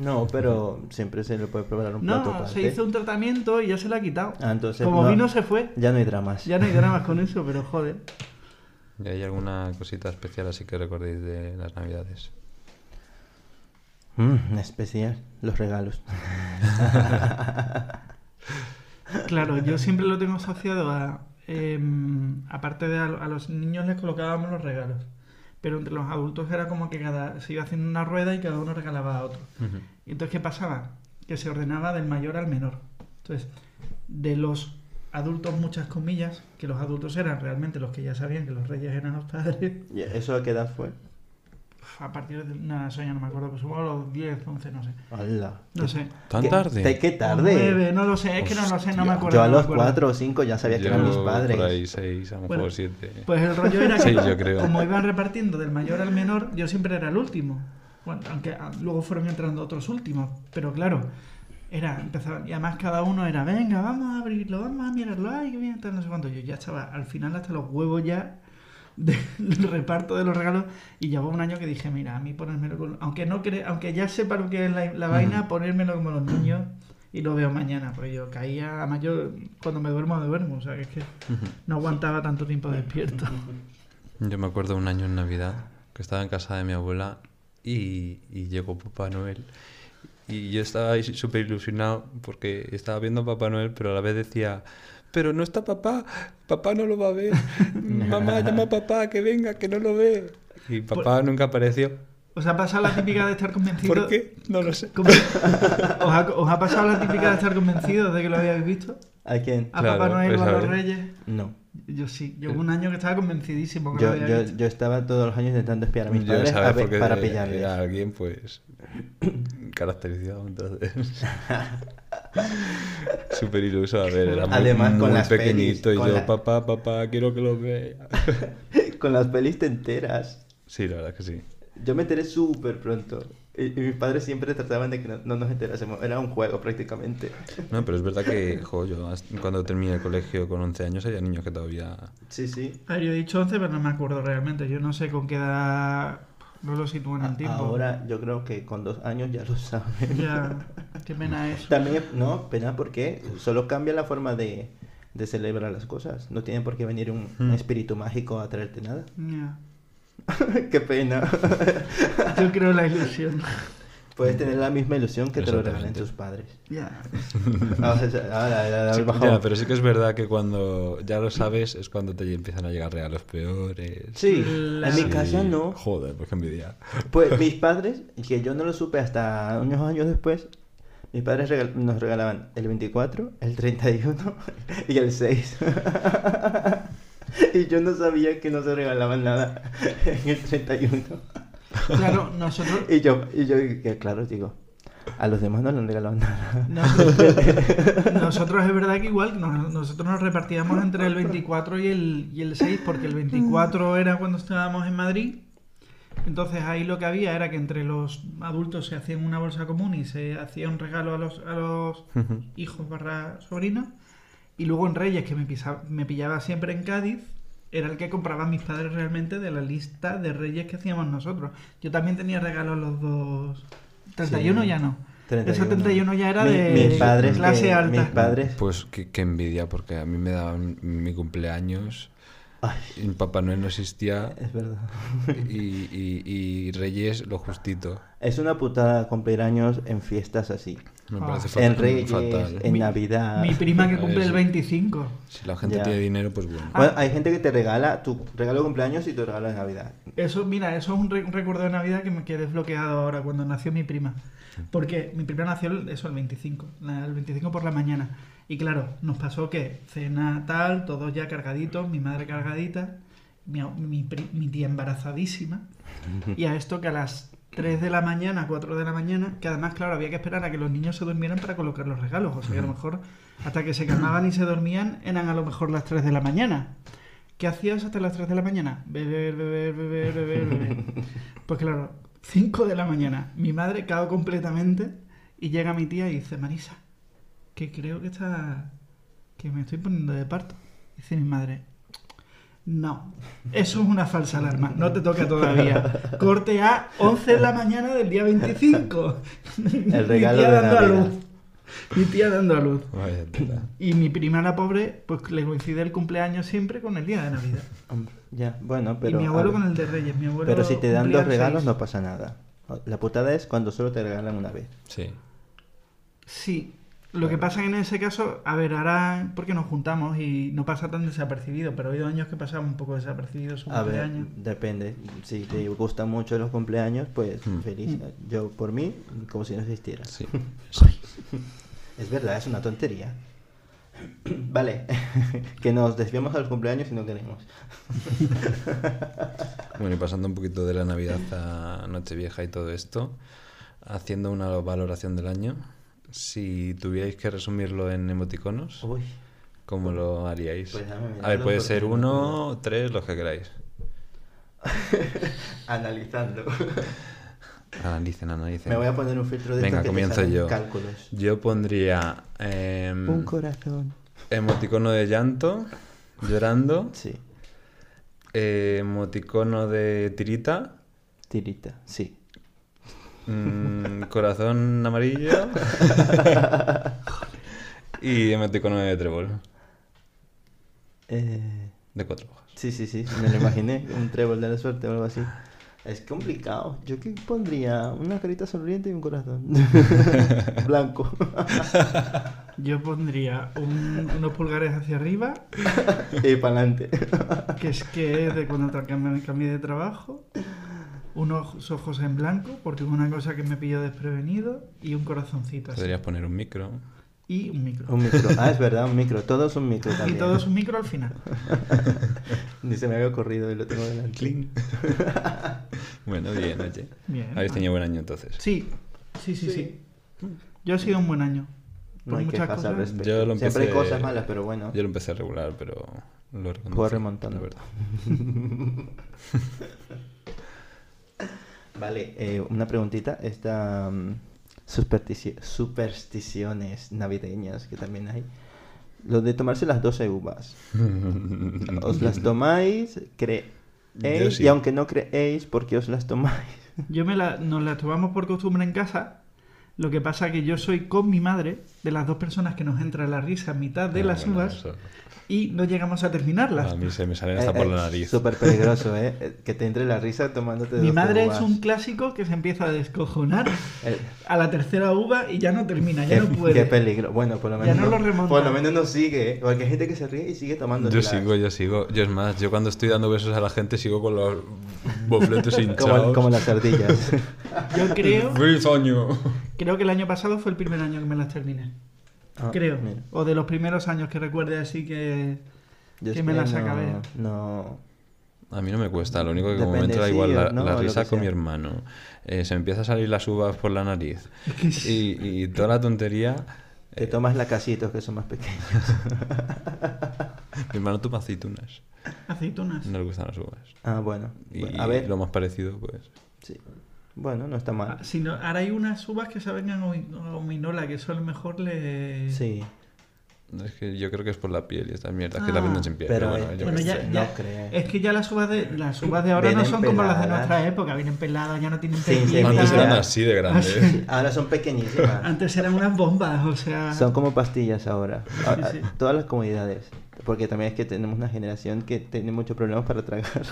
Speaker 3: No, pero siempre se le puede preparar un plato
Speaker 2: No,
Speaker 3: aparte.
Speaker 2: se hizo un tratamiento y ya se la ha quitado.
Speaker 3: Ah, entonces
Speaker 2: Como
Speaker 3: no-
Speaker 2: vino se fue.
Speaker 3: Ya no hay dramas.
Speaker 2: Ya no hay dramas con eso, pero joder.
Speaker 1: ¿Y hay alguna cosita especial así que recordéis de las navidades?
Speaker 3: Mm, especial, los regalos.
Speaker 2: Claro, yo siempre lo tengo asociado a. em, aparte de a, lo- a los niños les colocábamos los regalos. Pero entre los adultos era como que cada, se iba haciendo una rueda y cada uno regalaba a otro. Y entonces, ¿qué pasaba? Que se ordenaba del mayor al menor. Entonces, de los adultos, muchas comillas, que los adultos eran realmente los que ya sabían que los reyes eran los padres,
Speaker 3: ¿Y ¿Eso a qué edad fue?
Speaker 2: uf, a partir de una soña, no me acuerdo, pues supongo a los 10, 11, no sé.
Speaker 3: Hola.
Speaker 2: No sé.
Speaker 1: ¿Tan
Speaker 3: ¿Qué-
Speaker 1: tarde?
Speaker 3: te- ¿Qué tarde?
Speaker 2: 9, no lo sé, es que no lo sé, no me
Speaker 1: Hostia.
Speaker 2: acuerdo.
Speaker 3: Yo a
Speaker 2: no me
Speaker 3: los
Speaker 2: acuerdo.
Speaker 3: cuatro o cinco ya sabía que eran
Speaker 1: Yo
Speaker 3: mis padres.
Speaker 1: Por ahí seis, a lo
Speaker 2: Bueno,
Speaker 1: mejor siete.
Speaker 2: Pues el rollo era que
Speaker 1: Sí, yo creo.
Speaker 2: como iban repartiendo del mayor al menor, yo siempre era el último. Bueno, aunque ah, luego fueron entrando otros últimos, pero claro, era, empezaban, y además cada uno era, venga, vamos a abrirlo, vamos a mirarlo, ay, qué bien, tal, no sé cuánto. Yo ya estaba al final hasta los huevos ya de- del reparto de los regalos, y llevó un año que dije, mira, a mí ponérmelo, con- aunque no cre- aunque ya sepa lo que es la, la vaina, ponérmelo como los niños. Y lo veo mañana, porque yo caía, además yo cuando me duermo, me duermo, o sea que es que
Speaker 3: pues,
Speaker 2: no aguantaba tanto tiempo despierto.
Speaker 1: Yo me acuerdo un año en Navidad que estaba en casa de mi abuela y, y llegó Papá Noel. Y yo estaba ahí súper ilusionado porque estaba viendo a Papá Noel, pero a la vez decía, pero no está papá, papá no lo va a ver. Mamá llama a papá, que venga, que no lo ve. Y papá nunca apareció.
Speaker 2: ¿Os ha pasado la típica de estar convencido?
Speaker 1: ¿Por qué? No lo sé.
Speaker 2: ¿Cómo- ¿Os, ha, os ha pasado la típica de estar convencido de que lo habíais visto?
Speaker 3: ¿A quién?
Speaker 2: ¿A
Speaker 1: Claro,
Speaker 2: Papá Noel o a
Speaker 1: esa
Speaker 2: los
Speaker 1: vez.
Speaker 2: Reyes?
Speaker 3: No.
Speaker 2: Yo sí, yo hubo un año que estaba convencidísimo que lo
Speaker 3: Yo,
Speaker 2: había
Speaker 3: yo,
Speaker 2: visto.
Speaker 3: yo estaba todos los años intentando espiar a mis padres
Speaker 1: sabes
Speaker 3: a ver-
Speaker 1: por qué
Speaker 3: para
Speaker 1: era-
Speaker 3: pillarles.
Speaker 1: Era alguien, pues, caracterizado, entonces. Súper iluso, a ver, era muy,
Speaker 3: Además, con
Speaker 1: muy
Speaker 3: las pelis,
Speaker 1: pequeñito
Speaker 3: con
Speaker 1: y yo,
Speaker 3: la-
Speaker 1: papá, papá, quiero que lo vea.
Speaker 3: Con las pelis te enteras.
Speaker 1: Sí, la verdad que sí.
Speaker 3: Yo me enteré súper pronto. Y, y mis padres siempre trataban de que no, no nos enterásemos. Era un juego prácticamente.
Speaker 1: No, pero es verdad que, jo, yo hasta- cuando terminé el colegio con 11 años había niños que todavía...
Speaker 3: Sí, sí.
Speaker 2: A ver, yo he dicho 11, pero no me acuerdo realmente. Yo no sé con qué edad... No lo sitúo en el tiempo.
Speaker 3: Ahora yo creo que con dos años ya lo saben.
Speaker 2: Ya, qué pena eso.
Speaker 3: También, no, pena porque solo cambia la forma de, de celebrar las cosas. No tiene por qué venir un, un espíritu mágico a traerte nada.
Speaker 2: Ya.
Speaker 3: Qué pena.
Speaker 2: Yo creo en la ilusión.
Speaker 3: Puedes tener la misma ilusión que te lo regalen
Speaker 1: Exactamente.
Speaker 3: tus padres.
Speaker 2: Ya.
Speaker 3: Ah, o sea, ahora, ahora,
Speaker 1: Sí,
Speaker 3: bajado.
Speaker 1: ya, pero sí que es verdad que cuando ya lo sabes es cuando te empiezan a llegar regalos peores.
Speaker 3: Sí,
Speaker 2: La-
Speaker 3: en mi casa
Speaker 1: Sí.
Speaker 3: no.
Speaker 1: Joder, pues qué envidia.
Speaker 3: Pues mis padres, que yo no lo supe hasta unos años después, mis padres regal- nos regalaban el 24, el 31 y el 6. y yo no sabía que no se regalaban nada en el 31.
Speaker 2: Claro, nosotros...
Speaker 3: Y yo, y yo que claro, digo, a los demás no les han regalado nada.
Speaker 2: Nosotros, nosotros es verdad que igual nos- nosotros nos repartíamos entre el 24 y el, y el 6 porque el 24 era cuando estábamos en Madrid. Entonces ahí lo que había era que entre los adultos se hacían una bolsa común y se hacía un regalo a los, a los hijos barra sobrinos. Y luego en Reyes, que me, pisa- me pillaba siempre en Cádiz, era el que compraban mis padres realmente de la lista de Reyes que hacíamos nosotros. Yo también tenía regalos los dos. 31
Speaker 3: Sí.
Speaker 2: ya no. El 71 ya era
Speaker 3: Mi-
Speaker 2: de
Speaker 3: mis padres que-
Speaker 2: clase alta.
Speaker 3: mis padres-
Speaker 1: Pues qué, qué envidia, porque a mí me daban mi cumpleaños,
Speaker 3: Ay,
Speaker 1: y Papá Noel no existía
Speaker 3: es verdad.
Speaker 1: y, y- y Reyes lo justito.
Speaker 3: Es una putada cumplir años en fiestas así.
Speaker 1: Me
Speaker 2: Ah.
Speaker 1: parece
Speaker 3: en
Speaker 1: fat-
Speaker 3: Reyes,
Speaker 1: fatal.
Speaker 3: en
Speaker 2: Mi-
Speaker 3: Navidad.
Speaker 2: Mi prima que
Speaker 1: Ah,
Speaker 2: cumple el
Speaker 1: sí.
Speaker 2: 25.
Speaker 1: Si la gente
Speaker 3: Ya. Ah.
Speaker 1: tiene dinero, pues bueno.
Speaker 3: Bueno,
Speaker 2: ah.
Speaker 3: hay gente que te regala tu regalo de cumpleaños y tu regalo de Navidad.
Speaker 2: Eso, mira, eso es un, re- un recuerdo de Navidad que me quedé desbloqueado ahora cuando nació mi prima. Porque mi prima nació el- eso el 25, la- el 25 por la mañana. Y claro, nos pasó que cena tal, todos ya cargaditos, mi madre cargadita, mi, au- mi pri- mi tía embarazadísima. Y a esto que a las 3 de la mañana, 4 de la mañana, que además, claro, había que esperar a que los niños se durmieran para colocar los regalos. O sea, que a lo mejor hasta que se calmaban y se dormían eran a lo mejor las 3 de la mañana. ¿Qué hacías hasta las 3 de la mañana? Beber, beber, beber, beber, beber. Pues claro, 5 de la mañana, mi madre cao completamente y llega mi tía y dice, Marisa, que creo que está... que me estoy poniendo de parto. Dice mi madre, no, eso es una falsa alarma, no te toca todavía. Corte a 11 de la mañana del día 25. Mi
Speaker 3: regalo
Speaker 2: tía
Speaker 3: de
Speaker 2: dando a
Speaker 3: Navidad.
Speaker 2: luz. Mi tía dando a luz.
Speaker 1: Vaya tela.
Speaker 2: Y mi prima, la pobre, pues le coincide el cumpleaños siempre con el día de Navidad.
Speaker 3: Hombre, Ya, bueno, pero.
Speaker 2: y mi abuelo
Speaker 3: a ver,
Speaker 2: con el de Reyes. Mi abuelo
Speaker 3: Pero si te dan
Speaker 2: cumplía
Speaker 3: dos
Speaker 2: el
Speaker 3: regalos,
Speaker 2: seis.
Speaker 3: no pasa nada. La putada es cuando solo te regalan una vez.
Speaker 1: Sí.
Speaker 2: Sí. Lo que pasa que en ese caso, a ver, ahora porque nos juntamos y no pasa tan desapercibido, pero ha habido años que pasaban un poco desapercibidos su
Speaker 3: A ver,
Speaker 2: cumpleaños.
Speaker 3: depende. Si te gustan mucho los cumpleaños, pues
Speaker 1: Mm.
Speaker 3: feliz.
Speaker 2: Hmm.
Speaker 3: Yo, por mí, como si no existiera.
Speaker 1: Sí.
Speaker 3: Es verdad, es una tontería. Vale, que nos desviamos a los cumpleaños y no queremos.
Speaker 1: Bueno, y pasando un poquito de la Navidad a Nochevieja y todo esto, haciendo una valoración del año, si tuvierais que resumirlo en emoticonos,
Speaker 3: Uy,
Speaker 1: ¿cómo lo haríais?
Speaker 3: Pues déjame
Speaker 1: a ver,
Speaker 3: mirarlo
Speaker 1: puede
Speaker 3: porque
Speaker 1: ser
Speaker 3: no me
Speaker 1: uno, tres, los que queráis.
Speaker 3: analizando.
Speaker 1: Analicen, analicen.
Speaker 3: Me voy a poner un filtro de
Speaker 1: Venga,
Speaker 3: estos que te
Speaker 1: comienzo
Speaker 3: salen
Speaker 1: yo.
Speaker 3: cálculos.
Speaker 1: Yo pondría em,
Speaker 3: Un corazón.
Speaker 1: emoticono de llanto, llorando,
Speaker 3: Sí,
Speaker 1: eh, emoticono de tirita,
Speaker 3: tirita, sí.
Speaker 1: mm, corazón amarillo y emoticono de trébol.
Speaker 3: Eh,
Speaker 1: De cuatro hojas.
Speaker 3: sí, sí, sí, me lo imaginé. un trébol de la suerte o algo así. Es complicado. ¿Yo qué pondría? Una carita sonriente y un corazón. Blanco.
Speaker 2: Yo pondría un- unos pulgares hacia arriba,
Speaker 3: y para adelante.
Speaker 2: que es que es de cuando tra- cambié cambié de trabajo, unos ojos en blanco, porque es una cosa que me pilló desprevenido, y un corazoncito así,
Speaker 1: Podrías poner un micro.
Speaker 2: y un micro.
Speaker 3: Un micro. Ah, es verdad, un micro. Todos un micro
Speaker 2: Y
Speaker 3: también.
Speaker 2: todo es un micro al final.
Speaker 3: Ni se me había ocurrido y lo tengo delante.
Speaker 1: bueno, bien, oye.
Speaker 2: Bien.
Speaker 1: Habéis tenido buen año entonces.
Speaker 2: Sí, sí, sí, sí. Yo ha sido un buen año.
Speaker 3: No
Speaker 2: Por
Speaker 3: hay
Speaker 2: muchas
Speaker 3: quejas al
Speaker 2: cosas.
Speaker 3: respecto.
Speaker 1: Yo lo
Speaker 3: Siempre hay
Speaker 1: empecé-
Speaker 3: cosas malas, pero bueno.
Speaker 1: Yo lo empecé a regular, pero lo reconocí,
Speaker 3: Puedo remontando.
Speaker 1: la verdad.
Speaker 3: Vale, eh, una preguntita. Esta mm, superstici- supersticiones navideñas que también hay. Lo de tomarse las 12 uvas. Os las tomáis,
Speaker 1: Yo
Speaker 3: creéis,
Speaker 1: sí.
Speaker 3: y aunque no creéis, ¿por qué os las tomáis?
Speaker 2: Yo me la, nos la tomamos por costumbre en casa. Lo que pasa que yo soy con mi madre de las dos personas que nos entra la risa a mitad de
Speaker 1: Ah,
Speaker 2: las
Speaker 1: bueno,
Speaker 2: uvas
Speaker 1: eso.
Speaker 2: y no llegamos a terminarlas.
Speaker 1: A mí se me sale
Speaker 3: Eh,
Speaker 1: hasta por
Speaker 3: eh,
Speaker 1: la nariz.
Speaker 3: Súper peligroso, ¿eh? Eh, Que te entre la risa tomándote
Speaker 2: Mi
Speaker 3: 12
Speaker 2: madre
Speaker 3: uvas.
Speaker 2: es un clásico que se empieza a descojonar
Speaker 3: Eh,
Speaker 2: a la tercera uva y ya no termina, ya
Speaker 3: qué,
Speaker 2: no puede.
Speaker 3: qué peligro. Bueno, por lo
Speaker 2: Ya
Speaker 3: menos.
Speaker 2: no lo remonta.
Speaker 3: por lo menos no sigue, ¿eh? Porque hay gente que se ríe y sigue tomando.
Speaker 1: Yo sigo, yo sigo. Yo es más, yo cuando estoy dando besos a la gente sigo con los bofletes
Speaker 3: Como,
Speaker 1: hinchados. Ah,
Speaker 3: como las ardillas.
Speaker 2: Yo creo,
Speaker 1: ¡Feliz año!
Speaker 2: creo que el año pasado fue el primer año que me las terminé.
Speaker 3: Ah,
Speaker 2: creo.
Speaker 3: mira.
Speaker 2: O de los primeros años que recuerde así que.
Speaker 3: Yo
Speaker 2: Que
Speaker 3: es
Speaker 2: me
Speaker 3: que
Speaker 2: las
Speaker 3: no-
Speaker 2: acabé.
Speaker 3: No.
Speaker 1: A mí no me cuesta, lo único que como me
Speaker 3: Depende,
Speaker 1: entra
Speaker 3: sí,
Speaker 1: igual la,
Speaker 3: ¿no?
Speaker 1: la
Speaker 3: O lo
Speaker 1: risa
Speaker 3: que
Speaker 1: con
Speaker 3: sea.
Speaker 1: mi hermano, eh, se me empieza a salir las uvas por la nariz
Speaker 2: que
Speaker 1: y, y toda la tontería.
Speaker 3: Te tomas la casitos que son más pequeños.
Speaker 1: Mi hermano toma aceitunas,
Speaker 2: Aceitunas.
Speaker 1: no le gustan las uvas.
Speaker 3: Ah, bueno.
Speaker 1: Y
Speaker 3: Bueno, a ver.
Speaker 1: lo más parecido, pues.
Speaker 3: sí. Bueno, no está
Speaker 2: Ah,
Speaker 3: mal.
Speaker 2: si no, ahora hay unas uvas que saben a omi- a ominola, que son mejor le.
Speaker 3: Sí.
Speaker 1: Es que yo creo que es por la piel y estas mierdas que la venden
Speaker 2: Ah,
Speaker 1: sin piel.
Speaker 3: pero eh,
Speaker 1: Pero bueno,
Speaker 3: es-
Speaker 1: yo
Speaker 2: Bueno,
Speaker 1: qué
Speaker 2: ya,
Speaker 1: sé.
Speaker 3: sé,
Speaker 2: ya-
Speaker 3: no creo.
Speaker 2: es que ya las uvas de, las uvas de ahora
Speaker 3: Vienen
Speaker 2: no son como las de
Speaker 3: peladas.
Speaker 2: nuestra época, vienen peladas, ya no tienen
Speaker 3: Sí, sí,
Speaker 2: pelita.
Speaker 1: Antes
Speaker 3: ya-
Speaker 1: eran así de grandes.
Speaker 3: Ahora son pequeñísimas.
Speaker 2: Antes eran unas bombas, o sea.
Speaker 3: Son como pastillas ahora. A- a-
Speaker 2: sí.
Speaker 3: Todas las comunidades. Porque también es que tenemos una generación que tiene muchos problemas para tragar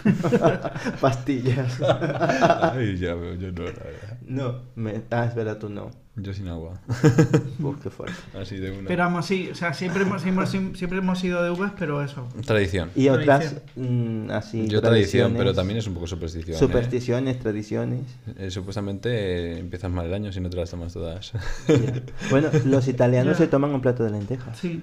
Speaker 3: pastillas.
Speaker 1: Ay, ya veo, yo no, la verdad.
Speaker 3: no, me... ah, es verdad, tú no.
Speaker 1: Yo sin agua.
Speaker 3: Uf, qué fuerte.
Speaker 1: Así de una.
Speaker 2: Pero vamos, sí, o sea, siempre hemos, siempre, siempre hemos sido de uvas, pero eso.
Speaker 1: Tradición.
Speaker 3: Y otras,
Speaker 2: Tradición.
Speaker 3: mm, así.
Speaker 1: Yo tradición,
Speaker 3: tradiciones,
Speaker 1: pero también es un poco superstición. ¿eh?
Speaker 3: Supersticiones, tradiciones.
Speaker 1: Eh, supuestamente eh, empiezas mal el año si no te las tomas todas.
Speaker 3: Ya. Bueno, los italianos
Speaker 2: Ya.
Speaker 3: se toman un plato de lentejas.
Speaker 2: Sí.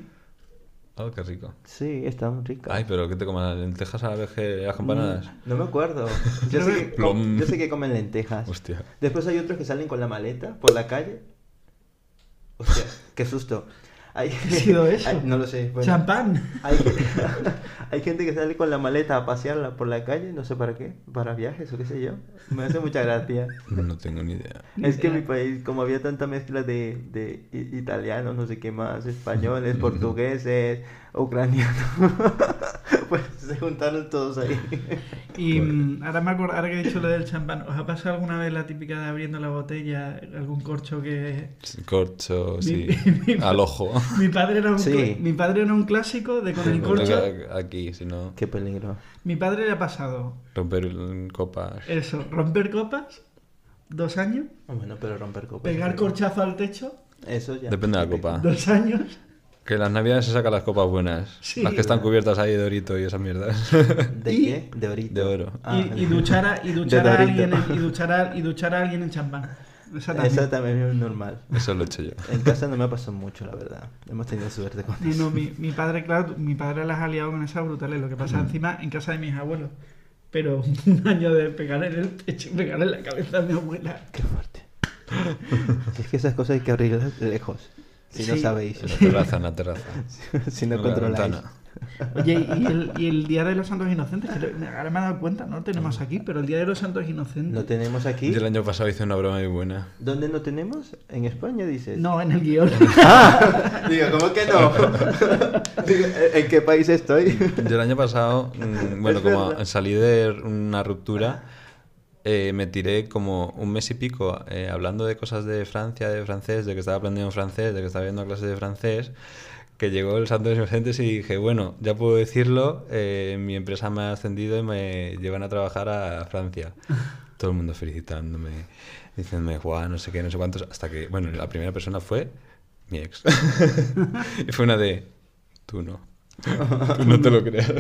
Speaker 1: oh, qué rico.
Speaker 3: Sí, están ricas.
Speaker 1: Ay, pero ¿qué te comas? ¿Lentejas a la vez que las campanadas?
Speaker 3: No me acuerdo. Yo sé que,
Speaker 1: Plom.
Speaker 3: yo sé que comen lentejas.
Speaker 1: Hostia.
Speaker 3: Después hay otros que salen con la maleta por la calle. Hostia, qué susto. Hay...
Speaker 2: ha sido eso?
Speaker 3: Ay, no lo sé. bueno.
Speaker 2: Champán.
Speaker 3: Hay... hay gente que sale con la maleta a pasearla por la calle, no sé para qué, para viajes o qué sé yo. Me hace mucha gracia.
Speaker 1: No tengo ni idea.
Speaker 3: Es que en mi país, como había tanta mezcla de, de i- italianos, no sé qué más, españoles, portugueses, ucranianos, pues se juntaron todos ahí.
Speaker 2: Y mm, ahora, me acuerdo, ahora que he dicho lo del champán, ¿os ha pasado alguna vez la típica de abriendo la botella, algún corcho que...
Speaker 1: Corcho, sí.
Speaker 2: Mi- mi-
Speaker 1: Al ojo.
Speaker 2: Mi padre era un,
Speaker 3: Sí.
Speaker 2: cl- mi padre era un clásico de con el corcho.
Speaker 1: Aquí, si no.
Speaker 3: Qué peligro.
Speaker 2: Mi padre le ha pasado
Speaker 1: Romper el- copas.
Speaker 2: eso, romper copas, dos años,
Speaker 3: Bueno, pero romper copas.
Speaker 2: pegar corchazo al techo,
Speaker 3: Eso ya.
Speaker 1: Depende de la copa.
Speaker 2: dos años.
Speaker 1: Que en las navidades se sacan las copas buenas.
Speaker 2: Sí.
Speaker 1: las que están cubiertas ahí de orito y esas mierdas.
Speaker 3: ¿De
Speaker 2: Y-
Speaker 3: qué? De orito.
Speaker 1: De oro.
Speaker 3: Ah,
Speaker 2: y, y duchar a, y duchar a
Speaker 3: Dorito.
Speaker 2: alguien en, y duchar a- y duchar a alguien en champán. Esa también.
Speaker 3: Eso también es normal.
Speaker 1: Eso lo he hecho yo.
Speaker 3: En casa no me pasó mucho, la verdad. Hemos tenido suerte con
Speaker 2: No,
Speaker 3: eso.
Speaker 2: no, mi, mi padre, claro, mi padre las ha liado con esas brutales, lo que pasa encima en casa de mis abuelos. Pero un año de pegar en el pecho y pegar en la cabeza a mi abuela.
Speaker 3: Qué fuerte. es que esas cosas hay que abrirlas lejos. Si no
Speaker 2: Sí.
Speaker 3: sabéis.
Speaker 1: En la terraza, en la terraza.
Speaker 3: si no
Speaker 1: En la
Speaker 3: controláis.
Speaker 1: ventana.
Speaker 2: Oye, y el, y el Día de los Santos Inocentes, que lo- ahora me he dado cuenta, no lo tenemos aquí, pero el Día de los Santos
Speaker 3: Lo
Speaker 2: Inocentes.
Speaker 3: tenemos aquí.
Speaker 1: Yo el año pasado hice una broma muy buena.
Speaker 3: ¿Dónde lo tenemos? ¿En España dices?
Speaker 2: No, en el guión.
Speaker 3: Digo, ¿cómo que no? Digo, ¿en qué país estoy?
Speaker 1: Yo el año pasado, mm, bueno,
Speaker 3: Es
Speaker 1: como
Speaker 3: verdad.
Speaker 1: salí de una ruptura, eh, me tiré como un mes y pico eh, hablando de cosas de Francia, de francés, de que estaba aprendiendo francés, de que estaba viendo clases de francés, que llegó el Santo de los Inocentes y dije, bueno, ya puedo decirlo, eh, mi empresa me ha ascendido y me llevan a trabajar a Francia. Todo el mundo felicitándome, diciéndome, guau, no sé qué, no sé cuántos, hasta que, bueno, la primera persona fue mi ex. y fue una de, tú no. Tú no te lo creas.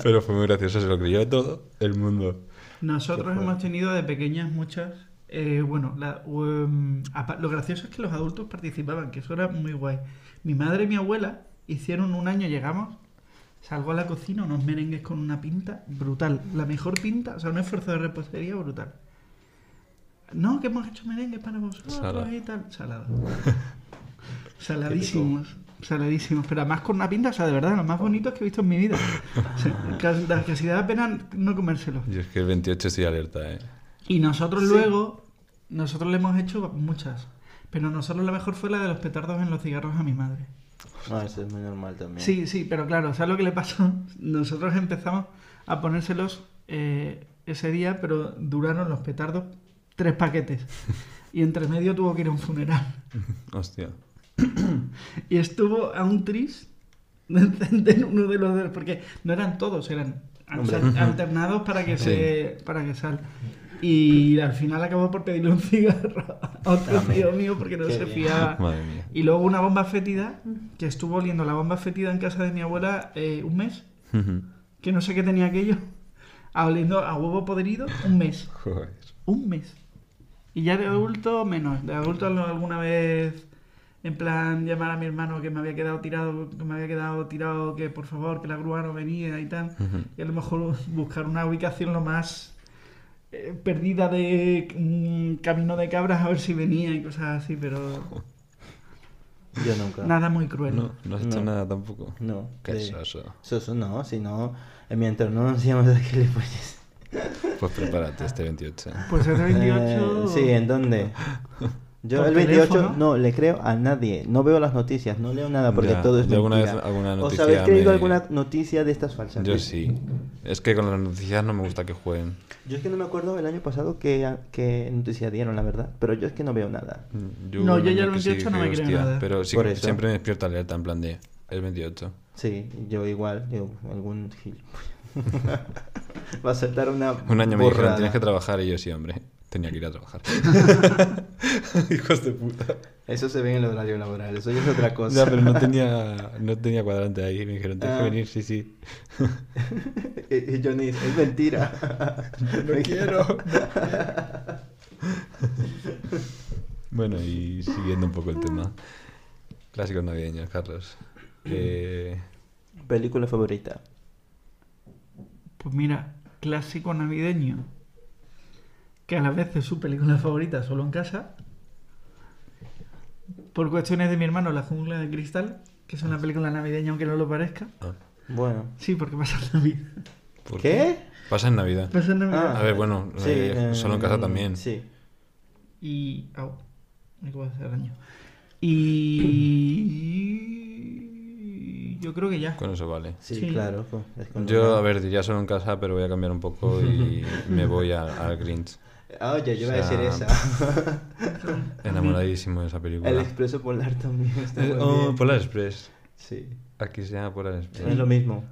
Speaker 1: Pero fue muy gracioso, se lo creyó todo el mundo.
Speaker 2: Nosotros hemos tenido de pequeñas muchas. eh, bueno, la- um, apa- lo gracioso es que los adultos participaban, que eso era muy guay. Mi madre y mi abuela hicieron un año, llegamos, salgo a la cocina, unos merengues con una pinta brutal. La mejor pinta, o sea, un esfuerzo de repostería brutal. No, que hemos hecho merengues para vosotros
Speaker 1: Salado.
Speaker 2: y tal. Salado. Saladísimos. Saladísimos. Pero además con una pinta, o sea, de verdad, los más bonitos que he visto en mi vida. O sea, casi, casi da pena no comérselos.
Speaker 1: Yo es que el 28 estoy alerta, ¿eh?
Speaker 2: Y nosotros luego, nosotros le hemos hecho muchas. Pero nosotros la mejor fue la de los petardos en los cigarros a mi madre.
Speaker 3: No, eso es muy normal también.
Speaker 2: Sí, sí, pero claro, ¿sabes lo que le pasó? Nosotros empezamos a ponérselos eh, ese día, pero duraron los petardos tres paquetes. Y entre medio tuvo que ir a un funeral.
Speaker 1: Hostia.
Speaker 2: Y estuvo a un tris de encender uno de los dos, porque no eran todos, eran al-
Speaker 3: Hombre.
Speaker 2: alternados para que
Speaker 1: Sí.
Speaker 2: se para que sal. Y al final acabó por pedirle un cigarro a otro
Speaker 3: Amén.
Speaker 2: tío mío porque no
Speaker 3: Qué
Speaker 2: se
Speaker 3: bien.
Speaker 2: fiaba.
Speaker 1: Madre mía.
Speaker 2: Y luego una bomba fétida, que estuvo oliendo la bomba fétida en casa de mi abuela eh, un mes, que no sé qué tenía aquello, a oliendo a huevo podrido un mes.
Speaker 1: Joder.
Speaker 2: Un mes. Y ya de adulto, menos. De adulto lo- alguna vez, en plan, llamar a mi hermano que me había quedado tirado, que me había quedado tirado, que por favor, que la grúa no venía y tal.
Speaker 1: Ujú.
Speaker 2: Y a lo mejor buscar una ubicación lo más eh, perdida de mm, camino de cabras a ver si venía y cosas así, pero
Speaker 3: Yo nunca.
Speaker 2: nada muy cruel.
Speaker 1: No, no has hecho
Speaker 3: No.
Speaker 1: nada tampoco.
Speaker 3: No.
Speaker 1: Qué
Speaker 3: de-
Speaker 1: soso.
Speaker 3: Soso no, si no, en mi entorno no hacíamos de gilipollas.
Speaker 1: Pues prepárate este 28.
Speaker 2: Pues ese
Speaker 3: Eh,
Speaker 2: 28...
Speaker 3: sí, ¿en dónde? Yo
Speaker 2: por
Speaker 3: el 28
Speaker 2: teléfono.
Speaker 3: no le creo a nadie. No veo las noticias, no leo nada porque
Speaker 1: Ya,
Speaker 3: todo es
Speaker 1: yo alguna
Speaker 3: mentira.
Speaker 1: vez- alguna
Speaker 3: ¿Os
Speaker 1: noticia
Speaker 3: habéis creído
Speaker 1: me-
Speaker 3: alguna noticia de estas falsas?
Speaker 1: Yo sí. Es que con las noticias no me gusta que jueguen.
Speaker 3: Yo es que no me acuerdo el año pasado qué, qué noticia dieron, la verdad. Pero yo es que no veo nada.
Speaker 2: No,
Speaker 1: un
Speaker 2: yo ya
Speaker 1: año
Speaker 2: el
Speaker 1: que
Speaker 2: 28 no
Speaker 1: que,
Speaker 2: me creo nada.
Speaker 1: Pero sí,
Speaker 3: Por
Speaker 1: que
Speaker 3: eso.
Speaker 1: siempre me despierto alerta en plan de el 28.
Speaker 3: Sí, yo igual, digo, algún gil. Va a saltar una.
Speaker 1: Un año me dijeron,
Speaker 3: burrada.
Speaker 1: tienes que trabajar y yo sí, hombre. Tenía que ir a trabajar. Hijos de puta.
Speaker 3: Eso se ve en el horario laboral, eso ya es otra cosa.
Speaker 1: Ya, pero no tenía, no tenía cuadrante ahí. Me dijeron, tienes que
Speaker 3: Ah.
Speaker 1: venir, sí, sí.
Speaker 3: Y- y Johnny dice, es mentira.
Speaker 1: No quiero. Bueno, y siguiendo un poco el tema. Clásicos navideños, Carlos. Eh,
Speaker 3: Película favorita.
Speaker 2: Pues mira, clásico navideño, que a la vez es su película favorita solo en casa. Por cuestiones de mi hermano, La jungla de cristal, que es una película navideña aunque no lo parezca.
Speaker 1: ah,
Speaker 3: Bueno.
Speaker 2: Sí, porque pasa en Navidad.
Speaker 1: ¿por
Speaker 3: ¿Qué? Pues- Ah.
Speaker 1: Pasa en Navidad.
Speaker 2: Pasa en Navidad.
Speaker 1: A ver, bueno, eh, solo en casa también.
Speaker 3: mm, Sí.
Speaker 2: Y... Au, me acabo de hacer daño. Y... Yo creo que ya.
Speaker 1: Con eso vale.
Speaker 3: Sí,
Speaker 2: Sí.
Speaker 3: claro. con- es con
Speaker 1: Yo,
Speaker 3: Ronaldo.
Speaker 1: a ver, diría solo en casa, pero voy a cambiar un poco y me voy a- al Grinch.
Speaker 3: Ah, oye, yo iba a decir
Speaker 1: O sea,
Speaker 3: esa.
Speaker 1: Enamoradísimo de esa
Speaker 3: El
Speaker 1: película.
Speaker 3: expreso polar también está
Speaker 1: Eh,
Speaker 3: muy
Speaker 1: oh,
Speaker 3: bien.
Speaker 1: Polar Express.
Speaker 3: Sí.
Speaker 1: Aquí se llama Polar Express.
Speaker 3: Es lo mismo.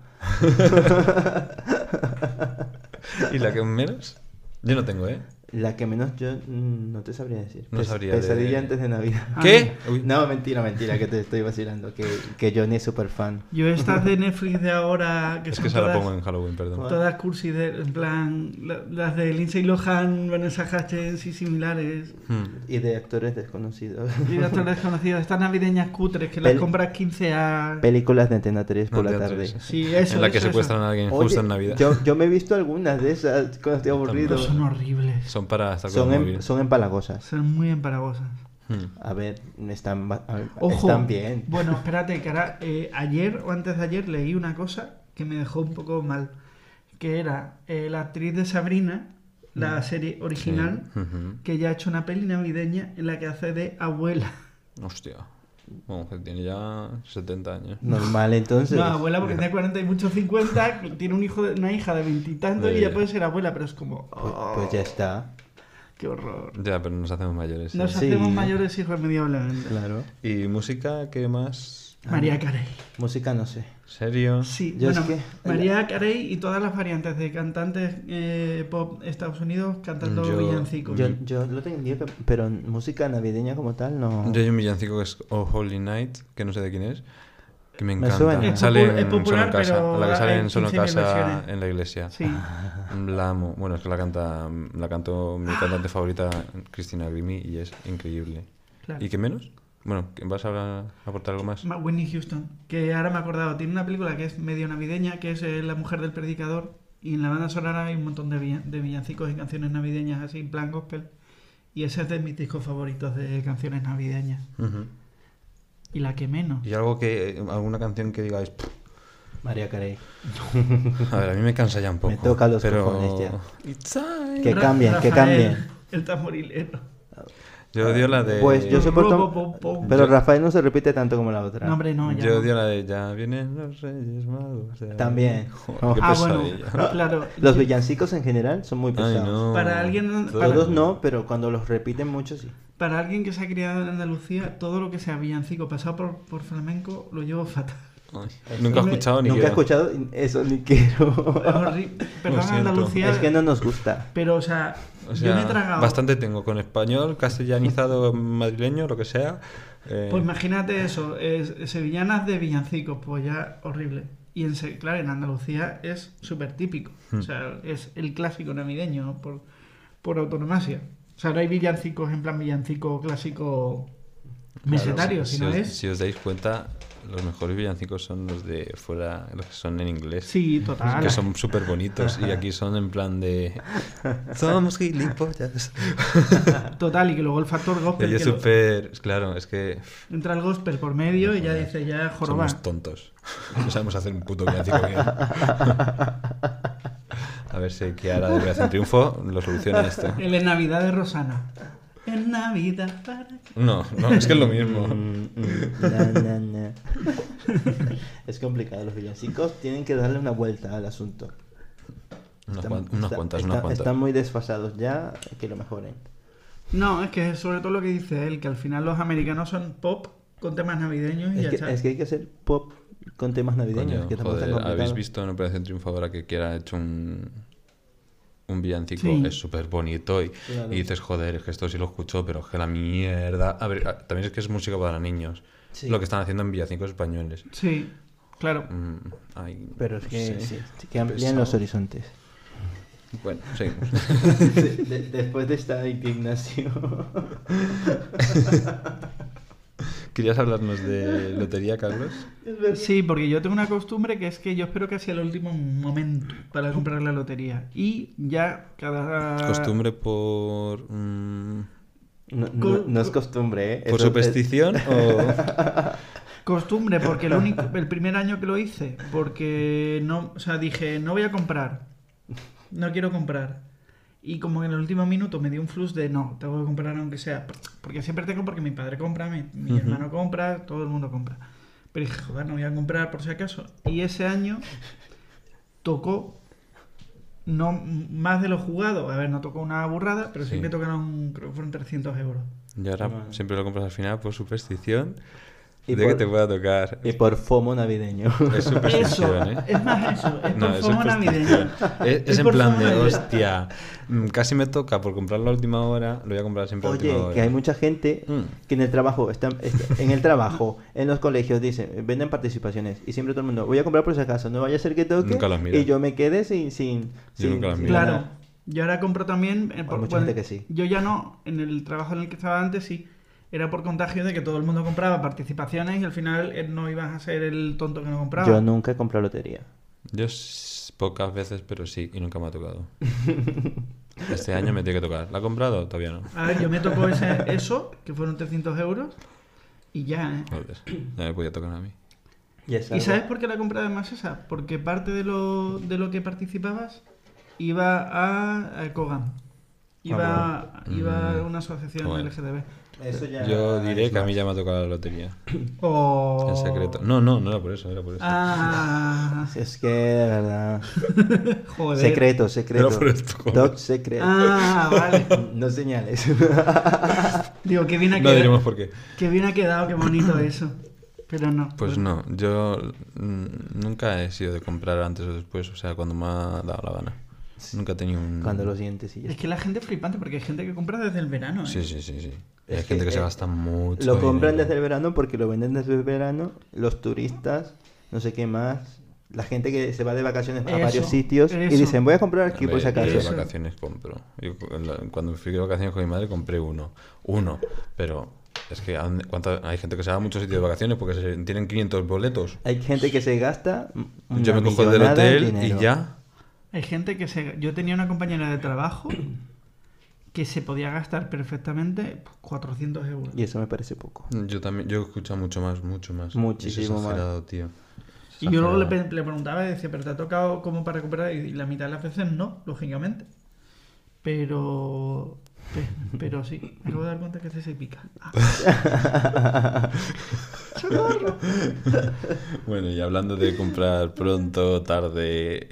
Speaker 1: ¿Y la que menos? Yo no tengo, ¿eh?
Speaker 3: La que menos yo mm, no te sabría decir.
Speaker 1: No
Speaker 3: Pes-
Speaker 1: sabría de-
Speaker 3: Pesadilla antes de Navidad.
Speaker 2: Ah.
Speaker 1: ¿Qué? Uy,
Speaker 3: No, mentira, mentira, que te estoy vacilando. Que, que Johnny es súper fan.
Speaker 2: Yo estas de Netflix de ahora, que
Speaker 1: es
Speaker 2: son
Speaker 1: que se la
Speaker 2: todas-
Speaker 1: pongo en Halloween, perdón.
Speaker 2: Todas cursi, de, en plan, la- las de Lindsay Lohan, Vanessa Hutchins y similares.
Speaker 1: Hmm.
Speaker 3: Y de actores desconocidos.
Speaker 2: Y de actores desconocidos, estas navideñas cutres que las
Speaker 3: Pel-
Speaker 2: compras 15 a...
Speaker 3: Películas de Antena 3
Speaker 1: No,
Speaker 3: por la
Speaker 1: de
Speaker 3: tarde.
Speaker 1: actores.
Speaker 2: Sí, eso,
Speaker 1: en la que
Speaker 2: eso,
Speaker 1: secuestran
Speaker 2: eso.
Speaker 1: a alguien
Speaker 3: Oye,
Speaker 1: justo en Navidad.
Speaker 3: Yo, yo me he visto algunas de esas cuando estoy aburrido.
Speaker 2: Pero son horribles.
Speaker 1: Son para estar con
Speaker 3: Son,
Speaker 1: el
Speaker 3: em-
Speaker 1: móvil.
Speaker 3: son empalagosas.
Speaker 2: Son muy emparagosas.
Speaker 1: Hmm.
Speaker 3: A ver, están, ba- a ver,
Speaker 2: Ojo.
Speaker 3: están bien.
Speaker 2: Bueno, espérate, que ahora, eh, ayer o antes de ayer leí una cosa que me dejó un poco mal. Que era eh, la actriz de Sabrina, la
Speaker 3: Mm.
Speaker 2: serie original,
Speaker 1: Sí. Ujú.
Speaker 2: que ya ha hecho una peli navideña en la que hace de abuela.
Speaker 1: Hostia. Bueno, que tiene ya 70 años.
Speaker 3: Normal, entonces.
Speaker 2: No,
Speaker 1: Ah,
Speaker 2: abuela porque tiene 40 y muchos 50, tiene un hijo de- una hija de veintitantos y,
Speaker 1: Eh.
Speaker 2: ya puede ser abuela, pero es como, oh,
Speaker 3: Pues, pues ya está.
Speaker 2: qué horror.
Speaker 1: Ya, pero nos hacemos mayores. sí.
Speaker 2: Nos
Speaker 3: Sí.
Speaker 2: hacemos mayores irremediablemente.
Speaker 3: Claro.
Speaker 1: ¿Y música? ¿Qué más?
Speaker 2: María Carey.
Speaker 3: Música no sé.
Speaker 1: ¿Serio?
Speaker 2: Sí,
Speaker 3: Yo es
Speaker 2: bueno,
Speaker 3: que-
Speaker 2: María Carey y todas las variantes de cantantes eh, pop Estados Unidos cantando
Speaker 1: Yo-
Speaker 2: villancicos.
Speaker 3: Yo, yo lo tenía, pe- pero música navideña como tal no.
Speaker 1: Yo hay un villancico que es Oh Holy Night, que no sé de quién es, que me
Speaker 3: Me
Speaker 1: encanta.
Speaker 3: suena.
Speaker 2: Es
Speaker 1: sale
Speaker 2: popu- es
Speaker 1: en Solo en
Speaker 2: popular,
Speaker 1: Casa,
Speaker 2: pero
Speaker 1: la que sale
Speaker 2: hay
Speaker 1: en Solo en
Speaker 2: 15.000
Speaker 1: Casa
Speaker 2: versiones.
Speaker 1: en la iglesia.
Speaker 2: Sí.
Speaker 1: La amo. Bueno, es que la canta, la cantó
Speaker 2: Ah.
Speaker 1: mi cantante favorita, Cristina Grimmie, y es increíble.
Speaker 2: Claro.
Speaker 1: ¿Y qué menos? Bueno, ¿vas a aportar algo más?
Speaker 2: Ma- Whitney Houston, que ahora me he acordado, tiene una película que es medio navideña, que es eh, La mujer del predicador, y en la banda sonora hay un montón de, villa- de villancicos y canciones navideñas así, en plan gospel, y ese es de mis discos favoritos de canciones navideñas,
Speaker 1: Ujú.
Speaker 2: y la que menos.
Speaker 1: Y algo que, eh, alguna canción que digáis, "Pff,
Speaker 3: María Carey.
Speaker 1: a ver, a mí me cansa ya un poco.
Speaker 3: Me toca los
Speaker 1: pero...
Speaker 3: cojones ya.
Speaker 1: It's time.
Speaker 3: Que cambien, que cambien.
Speaker 2: El tamborilero.
Speaker 1: Yo odio la de...
Speaker 3: Pues yo soporto.
Speaker 2: Robo, bo, bo.
Speaker 3: Pero Rafael no se repite tanto como la otra.
Speaker 2: No, hombre, no, ya.
Speaker 1: Yo
Speaker 2: no.
Speaker 1: odio la de ya vienen los reyes magos. ya
Speaker 3: También.
Speaker 1: vienen". Joder, qué
Speaker 2: ah, bueno,
Speaker 1: pesadilla.
Speaker 2: claro.
Speaker 3: Los villancicos en general son muy
Speaker 1: Ay,
Speaker 3: pesados.
Speaker 1: no.
Speaker 2: Para alguien- para-
Speaker 3: Todos no, pero cuando los repiten mucho sí.
Speaker 2: Para alguien que se ha criado en Andalucía, todo lo que sea villancico pasado por, por flamenco lo llevo fatal.
Speaker 1: Ay, nunca he
Speaker 2: Hombre,
Speaker 1: escuchado ni
Speaker 3: Nunca he
Speaker 1: quiero.
Speaker 3: escuchado eso ni quiero.
Speaker 2: Horri- Perdón,
Speaker 1: siento.
Speaker 2: Andalucía.
Speaker 3: es que no nos gusta.
Speaker 2: Pero, o sea,
Speaker 1: O
Speaker 2: yo
Speaker 1: sea,
Speaker 2: me he tragado.
Speaker 1: bastante tengo con español, castellanizado, madrileño, lo que sea. eh,
Speaker 2: Pues imagínate eso, es- sevillanas de villancicos, pues ya horrible. Y en, se- claro, en Andalucía es súper típico. O sea,
Speaker 1: Hmm.
Speaker 2: es el clásico navideño por, por autonomasia. O sea, no hay villancicos en plan villancico clásico mesetario,
Speaker 1: si,
Speaker 2: sino
Speaker 1: os,
Speaker 2: es.
Speaker 1: si os dais cuenta, los mejores villancicos son los de fuera, los que son en inglés.
Speaker 2: Sí, total.
Speaker 1: Que son súper bonitos y aquí son en plan de... Somos gilipollas.
Speaker 2: Total, y que luego el factor gospel.
Speaker 1: Y es
Speaker 2: que lo-
Speaker 1: súper... Claro, es que
Speaker 2: entra el gospel por medio y ya dice, ya joroba.
Speaker 1: Somos tontos. No sabemos hacer un puto villancico bien. A ver si Kiara de Operación Triunfo lo soluciona esto.
Speaker 2: El en Navidad de Rosana. en Navidad para que-
Speaker 1: No, no, es que es lo mismo.
Speaker 3: Mm, mm, na, na, na. es complicado, los villancicos tienen que darle una vuelta al asunto.
Speaker 1: Unas,
Speaker 3: Están-
Speaker 1: cuan- unas
Speaker 3: está-
Speaker 1: cuantas,
Speaker 3: está-
Speaker 1: unas cuantas.
Speaker 3: Están muy desfasados ya, que lo mejoren.
Speaker 2: No, es que es sobre todo lo que dice él, que al final los americanos son pop con temas navideños y
Speaker 3: Es
Speaker 2: ya
Speaker 3: que,
Speaker 2: está.
Speaker 3: es que hay que hacer pop con temas navideños,
Speaker 1: Coño,
Speaker 3: que tampoco
Speaker 1: joder,
Speaker 3: está complicado.
Speaker 1: ¿habéis visto en Operación Triunfadora que Kiera ha hecho un, un villancico?
Speaker 2: Sí.
Speaker 1: Es súper bonito y,
Speaker 3: Claro.
Speaker 1: y dices, joder, es que esto sí lo escucho, pero es que la mierda. A ver, a- también es que es música para niños.
Speaker 3: Sí.
Speaker 1: Lo que están haciendo en villancicos españoles.
Speaker 2: Sí, claro.
Speaker 1: Mm, ay,
Speaker 3: Pero es
Speaker 1: no
Speaker 3: que
Speaker 1: sé.
Speaker 3: sí, sí, que amplían
Speaker 1: pesado.
Speaker 3: los horizontes.
Speaker 1: Bueno, sí.
Speaker 3: De- después de esta indignación.
Speaker 1: ¿Querías hablarnos de lotería, Carlos?
Speaker 2: Sí, porque yo tengo una costumbre que es que yo espero que sea el último momento para comprar la lotería. Y ya cada...
Speaker 3: Ah.
Speaker 1: Costumbre por. mm,
Speaker 3: No, no-
Speaker 2: Con-
Speaker 3: no es costumbre, ¿eh?
Speaker 1: ¿Por
Speaker 3: Eso es-
Speaker 1: superstición o.?
Speaker 2: Costumbre, porque el, único, el primer año que lo hice, porque no, o sea, dije, no voy a comprar, no quiero comprar. Y como en el último minuto me dio un flux de no, tengo que comprar aunque sea, porque siempre tengo, porque mi padre compra, mi, mi
Speaker 1: Ujú.
Speaker 2: hermano compra, todo el mundo compra. Pero dije, joder, no voy a comprar por si acaso. Y ese año tocó no más de lo jugado. A ver, no tocó una burrada, pero
Speaker 1: Sí.
Speaker 2: siempre tocaron, creo que fueron 300 euros.
Speaker 1: Y ahora
Speaker 3: Vale.
Speaker 1: siempre lo compras al final por superstición
Speaker 3: Y
Speaker 1: de
Speaker 3: por-
Speaker 1: que te pueda tocar.
Speaker 3: Y por FOMO navideño.
Speaker 1: Es
Speaker 2: Eso,
Speaker 1: superstición, ¿eh?
Speaker 2: es más eso, es
Speaker 1: No,
Speaker 2: por
Speaker 1: eso
Speaker 2: fomo
Speaker 1: es
Speaker 2: navideño.
Speaker 1: superstición. Es, es
Speaker 2: Es
Speaker 1: en
Speaker 2: por
Speaker 1: plan
Speaker 2: fomo
Speaker 1: de,
Speaker 2: navideño.
Speaker 1: hostia, mm, casi me toca por comprarlo a última hora, lo voy a comprar siempre a última
Speaker 3: Oye,
Speaker 1: hora.
Speaker 3: que hay mucha gente
Speaker 1: Mm.
Speaker 3: que en el trabajo, están, est- en el trabajo, en los colegios, dicen, venden participaciones. Y siempre todo el mundo, voy a comprar por si acaso, no vaya a ser que toque.
Speaker 1: Nunca las mira.
Speaker 3: Y yo me quede sin. sin,
Speaker 1: Yo
Speaker 3: sin-
Speaker 1: nunca las
Speaker 3: sin
Speaker 1: miro.
Speaker 2: Claro.
Speaker 3: nada.
Speaker 2: Yo ahora compro también. eh, por-
Speaker 3: mucha
Speaker 2: bueno,
Speaker 3: gente que sí.
Speaker 2: Yo ya no. En el trabajo en el que estaba antes sí. Era por contagio de que todo el mundo compraba participaciones y al final eh, no ibas a ser el tonto que no compraba.
Speaker 3: Yo nunca he comprado lotería.
Speaker 1: Yo s- pocas veces, pero sí, y nunca me ha tocado. Este año me tiene que tocar. ¿La ha comprado? Todavía no.
Speaker 2: A ver, yo me tocó ese, eso, que fueron 300 euros. Y ya, ¿eh?
Speaker 1: Joder, ya me podía tocar a mí.
Speaker 3: Y, es
Speaker 2: ¿Y
Speaker 3: algo-
Speaker 2: sabes por qué la compré además esa? Porque parte de lo, de lo que participabas iba a, a Kogan.
Speaker 3: Ah,
Speaker 2: Iba, iba a
Speaker 1: Mm.
Speaker 2: una asociación
Speaker 1: Joder.
Speaker 2: LGTB.
Speaker 3: Eso ya-
Speaker 1: Yo diré
Speaker 3: es
Speaker 1: que a mí
Speaker 3: más. Oh.
Speaker 1: ya me ha tocado la lotería.
Speaker 2: O...
Speaker 1: En secreto. No, no, no era por eso, era por eso.
Speaker 2: Ah,
Speaker 3: Si Es que, de verdad.
Speaker 2: joder.
Speaker 3: Secreto, secreto.
Speaker 1: Pero por esto, joder.
Speaker 3: Doc secreto.
Speaker 2: Ah, vale.
Speaker 3: No señales.
Speaker 2: Digo, que bien ha
Speaker 1: No
Speaker 2: quedado.
Speaker 1: diremos por qué.
Speaker 2: Que bien ha quedado, qué bonito eso. Pero no.
Speaker 1: Pues no, yo mm, nunca he sido de comprar antes o después, o sea, cuando me ha dado la gana. Nunca he tenido un...
Speaker 3: Cuando los dientes y ya
Speaker 2: Es que la gente es flipante porque hay gente que compra desde el verano. ¿eh?
Speaker 1: Sí, sí, sí, sí.
Speaker 3: Es
Speaker 1: Hay
Speaker 3: que,
Speaker 1: gente que se
Speaker 3: eh,
Speaker 1: gasta mucho
Speaker 3: Lo compran
Speaker 1: dinero.
Speaker 3: desde el verano porque lo venden desde el verano. Los turistas, no sé qué más. La gente que se va de vacaciones a
Speaker 2: Eso,
Speaker 3: varios sitios
Speaker 2: eso.
Speaker 3: y dicen, voy a comprar aquí por si
Speaker 1: Hombre, Yo
Speaker 3: acaso.
Speaker 1: de vacaciones compro. Yo cu- en la- cuando fui de vacaciones con mi madre compré uno. Uno. Pero es que ¿a dónde- cuánta- hay gente que se va a muchos sitios de vacaciones porque se- tienen 500 boletos.
Speaker 3: Hay gente que se gasta. una
Speaker 1: Yo me cojo el del
Speaker 3: millonada de
Speaker 1: hotel y
Speaker 3: dinero.
Speaker 1: ya.
Speaker 2: Hay gente que se. Yo tenía una compañera de trabajo que se podía gastar perfectamente pues, 400 euros.
Speaker 3: Y eso me parece poco.
Speaker 1: Yo también, yo he escuchado mucho más, mucho más.
Speaker 3: Muchísimo
Speaker 1: es
Speaker 3: más.
Speaker 1: exagerado, tío.
Speaker 2: Y yo luego le,
Speaker 1: Exagerado.
Speaker 2: pe- le preguntaba y decía, pero te ha tocado como para comprar. Y la mitad de las veces no, lógicamente. Pero. pe- Pero sí, me acabo de dar cuenta que este se pica. Ah.
Speaker 1: Bueno, y hablando de comprar pronto, tarde,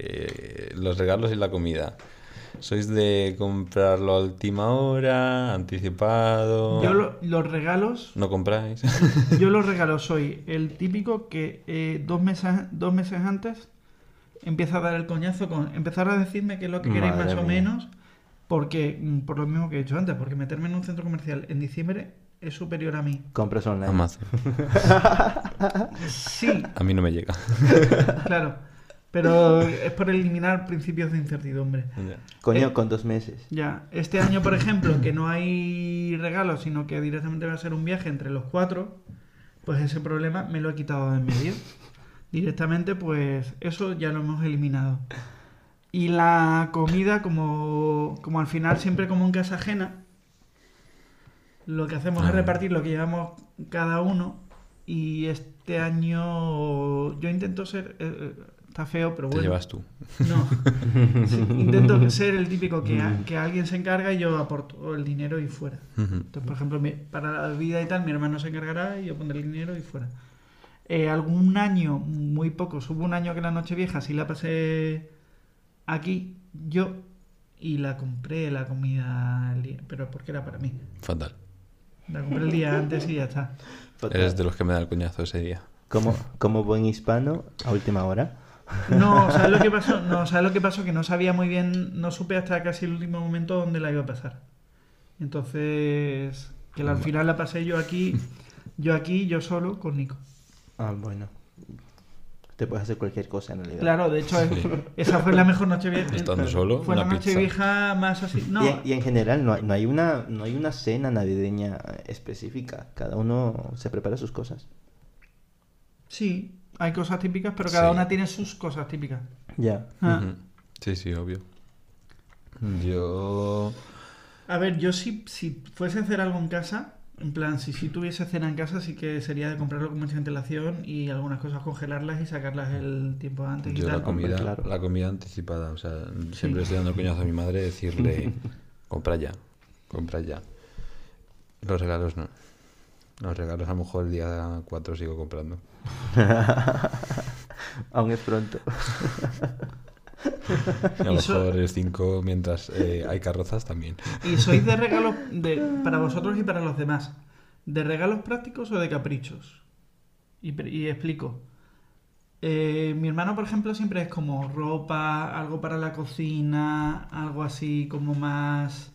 Speaker 1: eh, los regalos y la comida. ¿Sois de comprarlo a última hora, anticipado?
Speaker 2: Yo lo- los regalos
Speaker 1: ¿No compráis?
Speaker 2: Yo los regalos soy el típico que eh, dos, meses, dos meses antes empieza a dar el coñazo con empezar a decirme qué es lo que queréis
Speaker 3: Madre
Speaker 2: más o
Speaker 3: mía.
Speaker 2: menos, porque mm, por lo mismo que he hecho antes, porque meterme en un centro comercial en diciembre es superior a mí.
Speaker 3: Compras online.
Speaker 1: Amazon.
Speaker 2: Sí,
Speaker 1: A mí no me llega.
Speaker 2: claro, pero es por eliminar principios de incertidumbre.
Speaker 3: Coño,
Speaker 2: Eh.
Speaker 3: con dos meses.
Speaker 2: Ya, este año, por ejemplo, que no hay regalos, sino que directamente va a ser un viaje entre los cuatro, pues ese problema me lo he quitado de en medio. Directamente, pues eso ya lo hemos eliminado. Y la comida, como, como al final siempre como en casa ajena, lo que hacemos es
Speaker 1: Ah.
Speaker 2: repartir lo que llevamos cada uno. Y este año yo intento ser... eh, eh, Está feo, pero
Speaker 1: Te
Speaker 2: bueno.
Speaker 1: llevas tú.
Speaker 2: No. Sí, Intento ser el típico que, a- que alguien se encarga y yo aporto el dinero y fuera.
Speaker 1: Ujú.
Speaker 2: Entonces, por ejemplo, mi- para la vida y tal, mi hermano se encargará y yo pondré el dinero y fuera. Eh, algún año, muy poco, hubo un año que la noche vieja sí la pasé aquí yo y la compré la comida, al día- pero porque era para mí.
Speaker 1: Fatal.
Speaker 2: La compré el día antes y ya está.
Speaker 1: Eres de los que me da el coñazo ese día.
Speaker 3: como, como buen hispano, a última hora.
Speaker 2: No, ¿sabes lo que pasó? No, ¿sabes lo que pasó? Que no sabía muy bien, no supe hasta casi el último momento dónde la iba a pasar. Entonces, que al final la pasé yo aquí, yo aquí, yo solo, con Nico.
Speaker 3: Ah, bueno. Te puedes hacer cualquier cosa en realidad.
Speaker 2: Claro, de hecho, eh,
Speaker 1: Sí.
Speaker 2: esa fue la mejor noche vieja.
Speaker 1: Estando solo,
Speaker 2: Fue la
Speaker 1: una
Speaker 2: noche
Speaker 1: pizza.
Speaker 2: vieja más así. No,
Speaker 3: Y, en- y en general no hay, no hay una no hay una cena navideña específica. Cada uno se prepara sus cosas.
Speaker 2: sí, hay cosas típicas, pero cada
Speaker 1: Sí.
Speaker 2: una tiene sus cosas típicas.
Speaker 3: Ya.
Speaker 2: Ah,
Speaker 1: Ujú. Sí, sí, obvio. Yo.
Speaker 2: A ver, yo si, si fuese a hacer algo en casa, en plan, si sí tuviese cena en casa, sí que sería de comprarlo con mucha antelación y algunas cosas congelarlas y sacarlas el tiempo antes y
Speaker 1: Yo la
Speaker 2: tal.
Speaker 1: comida,
Speaker 3: hombre, claro.
Speaker 1: la comida anticipada, o sea, siempre estoy dando el coñazo a mi madre decirle, compra ya, compra ya. Los regalos no. Los regalos a lo mejor el día 4 sigo comprando.
Speaker 3: Aún es pronto.
Speaker 1: A lo
Speaker 2: Y so-
Speaker 1: mejor el 5 mientras eh, hay carrozas también.
Speaker 2: ¿Y sois de regalos de, para vosotros y para los demás? ¿De regalos prácticos o de caprichos? Y, pre- y explico. Eh, mi hermano, por ejemplo, siempre es como ropa, algo para la cocina, algo así como más,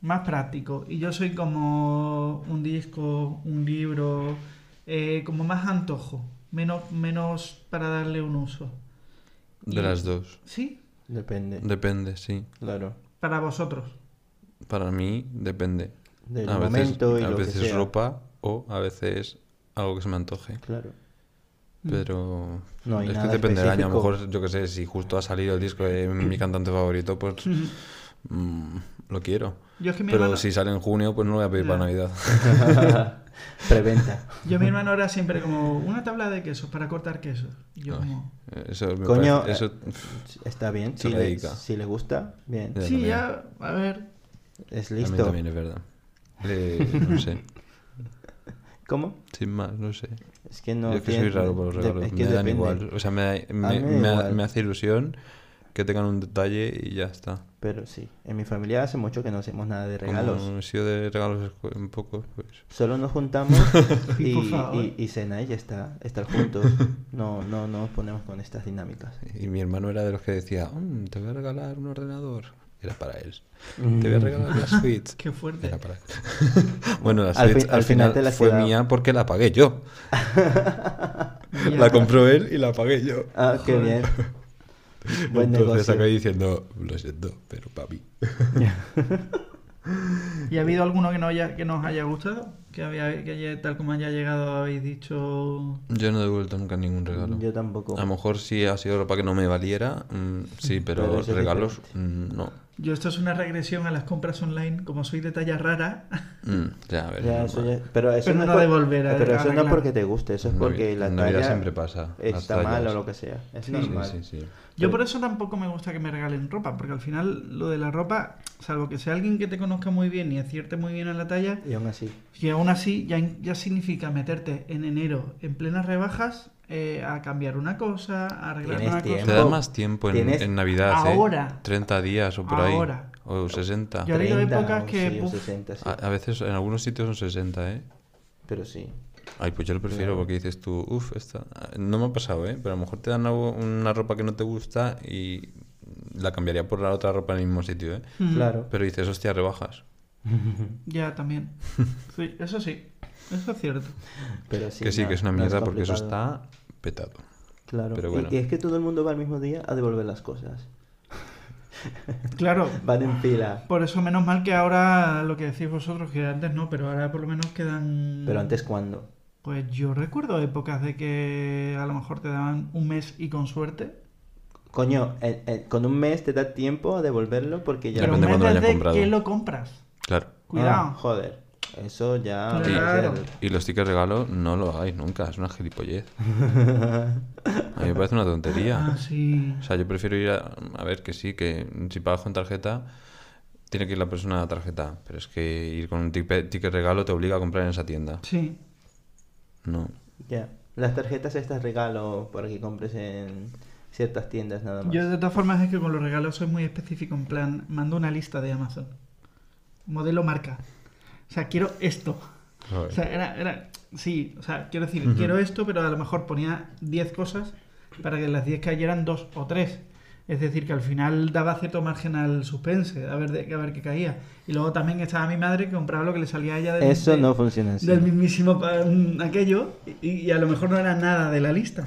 Speaker 2: más práctico. Y yo soy como un disco, un libro, eh, como más antojo, menos, menos para darle un uso.
Speaker 1: De las dos.
Speaker 2: ¿Sí?
Speaker 3: Depende.
Speaker 1: Depende, sí.
Speaker 3: Claro.
Speaker 2: Para vosotros.
Speaker 1: Para mí depende.
Speaker 3: Del
Speaker 1: a veces,
Speaker 3: momento y
Speaker 1: a
Speaker 3: lo que
Speaker 1: veces
Speaker 3: sea.
Speaker 1: ropa o a veces algo que se me antoje.
Speaker 3: Claro.
Speaker 1: Pero
Speaker 3: Mm. No hay
Speaker 1: es
Speaker 3: nada
Speaker 1: que depende del año. A lo
Speaker 3: específico.
Speaker 1: mejor, yo que sé, si justo ha salido el disco de mi cantante favorito, pues mm, lo quiero.
Speaker 2: Yo es que mi
Speaker 1: Pero
Speaker 2: hermano-
Speaker 1: si sale en junio, pues no lo voy a pedir
Speaker 2: Ya.
Speaker 1: para Navidad.
Speaker 3: Preventa.
Speaker 2: Yo mi hermano era siempre como una tabla de quesos para cortar quesos. Y Yo
Speaker 1: Ay.
Speaker 2: como,
Speaker 1: Eso me
Speaker 3: Coño, eh,
Speaker 1: parece- eso-
Speaker 3: Está bien.
Speaker 1: Se
Speaker 3: Si
Speaker 1: lo
Speaker 3: le,
Speaker 1: dedica.
Speaker 3: si le gusta, bien.
Speaker 1: Ya,
Speaker 2: sí, ya, a ver,
Speaker 3: Es
Speaker 1: también-
Speaker 3: listo.
Speaker 1: también es verdad. Eh, no sé.
Speaker 3: ¿Cómo?
Speaker 1: Sin más, no sé.
Speaker 3: Es que no.
Speaker 1: yo es que
Speaker 3: tiene-
Speaker 1: soy raro por los
Speaker 3: de-
Speaker 1: regalos.
Speaker 3: es que
Speaker 1: me dan
Speaker 3: depende.
Speaker 1: igual. O sea, me, da- me-
Speaker 3: mí me
Speaker 1: me
Speaker 3: da
Speaker 1: ha-
Speaker 3: igual.
Speaker 1: me hace ilusión que tengan un detalle y ya está.
Speaker 3: Pero sí. En mi familia hace mucho que no hacemos nada de regalos.
Speaker 1: Como he sido de regalos escu- un poco, pues.
Speaker 3: Solo nos juntamos y,
Speaker 2: Por favor.
Speaker 3: y, y cena y ya está, estar juntos. No, no, no nos ponemos con estas dinámicas.
Speaker 1: Y mi hermano era de los que decía, "Mm, te voy a regalar un ordenador. Era para él. Te
Speaker 3: Mm.
Speaker 1: voy a regalar la Switch.
Speaker 2: qué fuerte.
Speaker 1: Era para él. bueno, la
Speaker 3: Al
Speaker 1: Switch al,
Speaker 3: fin- al final
Speaker 1: final,
Speaker 3: te la has
Speaker 1: fue
Speaker 3: quedado.
Speaker 1: mía porque la pagué yo.
Speaker 2: Y ya.
Speaker 1: La compró él y la pagué yo.
Speaker 3: Ah, qué bien. Buen
Speaker 1: Entonces
Speaker 3: negocio.
Speaker 1: acabé diciendo, lo siento, pero papi.
Speaker 2: ¿Y ha habido alguno que, no haya, que no os haya gustado? Que, había, que haya- tal como haya llegado habéis dicho...
Speaker 1: Yo no he devuelto nunca ningún regalo.
Speaker 3: Yo tampoco.
Speaker 1: A lo mejor si ha sido ropa que no me valiera, mm, sí, pero,
Speaker 3: Pero eso es
Speaker 1: regalos, mm, no.
Speaker 2: Yo esto es una regresión a las compras online, como soy de talla rara.
Speaker 1: Mm, ya, a ver.
Speaker 3: Ya,
Speaker 1: no,
Speaker 3: eso
Speaker 1: vale.
Speaker 3: ya- Pero eso
Speaker 2: Pero
Speaker 3: no, es
Speaker 2: no
Speaker 3: por-
Speaker 2: devolver, a-
Speaker 3: pero eso no es
Speaker 2: arreglar.
Speaker 3: porque te guste, eso es
Speaker 1: En
Speaker 3: porque
Speaker 1: Navi-
Speaker 3: la
Speaker 1: en Navidad
Speaker 3: talla
Speaker 1: siempre pasa, las
Speaker 3: Está mal
Speaker 1: tallas.
Speaker 3: o lo que sea. Es
Speaker 1: Sí,
Speaker 3: normal.
Speaker 1: sí, sí, sí.
Speaker 2: Yo por eso tampoco me gusta que me regalen ropa, porque al final lo de la ropa, salvo que sea alguien que te conozca muy bien y acierte muy bien a la talla,
Speaker 3: Y aún así.
Speaker 2: Y aún así, ya, ya significa meterte en enero, en plenas rebajas, eh, a cambiar una cosa, a arreglar
Speaker 3: Tienes
Speaker 2: una
Speaker 1: Te
Speaker 3: tiempo.
Speaker 1: da más tiempo en,
Speaker 3: Tienes-
Speaker 1: en Navidad, ¿eh?
Speaker 2: Ahora.
Speaker 1: 30 días o por
Speaker 2: Ahora.
Speaker 1: ahí. O 60.
Speaker 2: Y ahora- Ha habido
Speaker 3: 30
Speaker 2: épocas
Speaker 3: o
Speaker 2: que,
Speaker 3: sí, o
Speaker 2: buf.
Speaker 3: 60, sí.
Speaker 1: A, a veces en algunos sitios son 60, ¿eh?
Speaker 3: Pero sí.
Speaker 1: Ay, pues yo lo prefiero
Speaker 3: Claro.
Speaker 1: porque dices tú, uff, esta... No me ha pasado, ¿eh? Pero a lo mejor te dan algo- una ropa que no te gusta y la cambiaría por la otra ropa en el mismo sitio, ¿eh?
Speaker 2: cosa. Mm,
Speaker 3: Claro.
Speaker 1: Pero dices, hostia, rebajas.
Speaker 2: Ya también. Sí, eso sí, eso es cierto.
Speaker 3: Pero sí.
Speaker 1: que sí,
Speaker 3: no,
Speaker 1: que es una
Speaker 3: no
Speaker 1: mierda porque eso
Speaker 3: complicado.
Speaker 1: está petado.
Speaker 3: Claro.
Speaker 1: pero
Speaker 3: Y-
Speaker 1: bueno.
Speaker 3: y es que todo el mundo va al mismo día a devolver las cosas.
Speaker 2: Claro,
Speaker 3: Van en fila.
Speaker 2: por eso menos mal que ahora lo que decís vosotros, que antes no, pero ahora por lo menos quedan...
Speaker 3: Pero antes, ¿cuándo?
Speaker 2: Pues yo recuerdo épocas de que a lo mejor te daban un mes y con suerte.
Speaker 3: Coño, eh, eh, con un mes te da tiempo a devolverlo porque ya...
Speaker 2: pero
Speaker 1: Depende
Speaker 2: un mes
Speaker 1: cuándo lo hayan
Speaker 2: desde
Speaker 1: comprado.
Speaker 2: que lo compras.
Speaker 1: Claro.
Speaker 3: Ah,
Speaker 2: Cuidado.
Speaker 3: joder, eso ya...
Speaker 1: Y,
Speaker 2: Claro.
Speaker 1: y los tickets regalo no lo hagáis nunca, es una gilipollas A mí me me parece una tontería.
Speaker 2: Ah, sí.
Speaker 1: O sea, yo prefiero ir a, a ver que sí, que si pagas con tarjeta, tiene que ir la persona a la tarjeta. Pero es que ir con un tipe- ticket regalo te obliga a comprar en esa tienda.
Speaker 2: Sí.
Speaker 1: No.
Speaker 3: Ya. Las tarjetas estas regalo para que compres en ciertas tiendas nada más.
Speaker 2: Yo de todas formas es que con los regalos soy muy específico. En plan, mando una lista de Amazon. Modelo marca. O sea, quiero esto. O sea, era, era- sí, o sea, quiero decir, quiero esto, pero a lo mejor ponía 10 cosas para que las 10 cayeran dos o tres. Es decir, que al final daba cierto margen al suspense, a ver, de- a ver qué caía. Y luego también estaba mi madre que compraba lo que le salía a ella del,
Speaker 3: Eso
Speaker 2: de-
Speaker 3: no funciona así.
Speaker 2: del mismísimo pa- aquello y, y a lo mejor no era nada de la lista.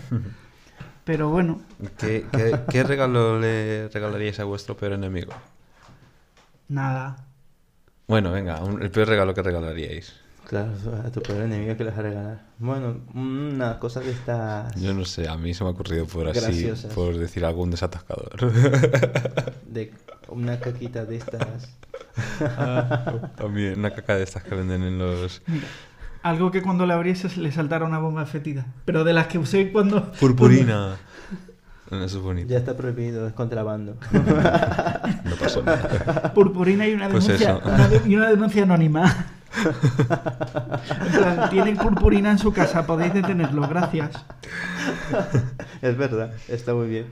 Speaker 2: Pero bueno,
Speaker 1: ¿Qué, qué, qué regalo le regalaríais a vuestro peor enemigo?
Speaker 2: nada.
Speaker 1: Bueno, venga, un- el peor regalo que regalaríais.
Speaker 3: Claro, a tu peor enemigo que le vas a regalar. Bueno, una cosa que está...
Speaker 1: Yo no sé, a mí se me ha ocurrido por así,
Speaker 3: Graciosas.
Speaker 1: por decir algún desatascador.
Speaker 3: De una caquita de estas.
Speaker 1: También una caca de estas que venden en los...
Speaker 2: Algo que cuando la abriese se le saltara una bomba fetida. Pero de las que usé cuando...
Speaker 1: Purpurina. No, Eso es bonito.
Speaker 3: Ya está prohibido, es contrabando.
Speaker 1: No pasó nada.
Speaker 2: Purpurina y una
Speaker 1: Pues
Speaker 2: denuncia,
Speaker 1: eso.
Speaker 2: una de- y una denuncia anónima. En plan, Tienen purpurina en su casa, podéis detenerlo, gracias.
Speaker 3: es verdad, está muy bien.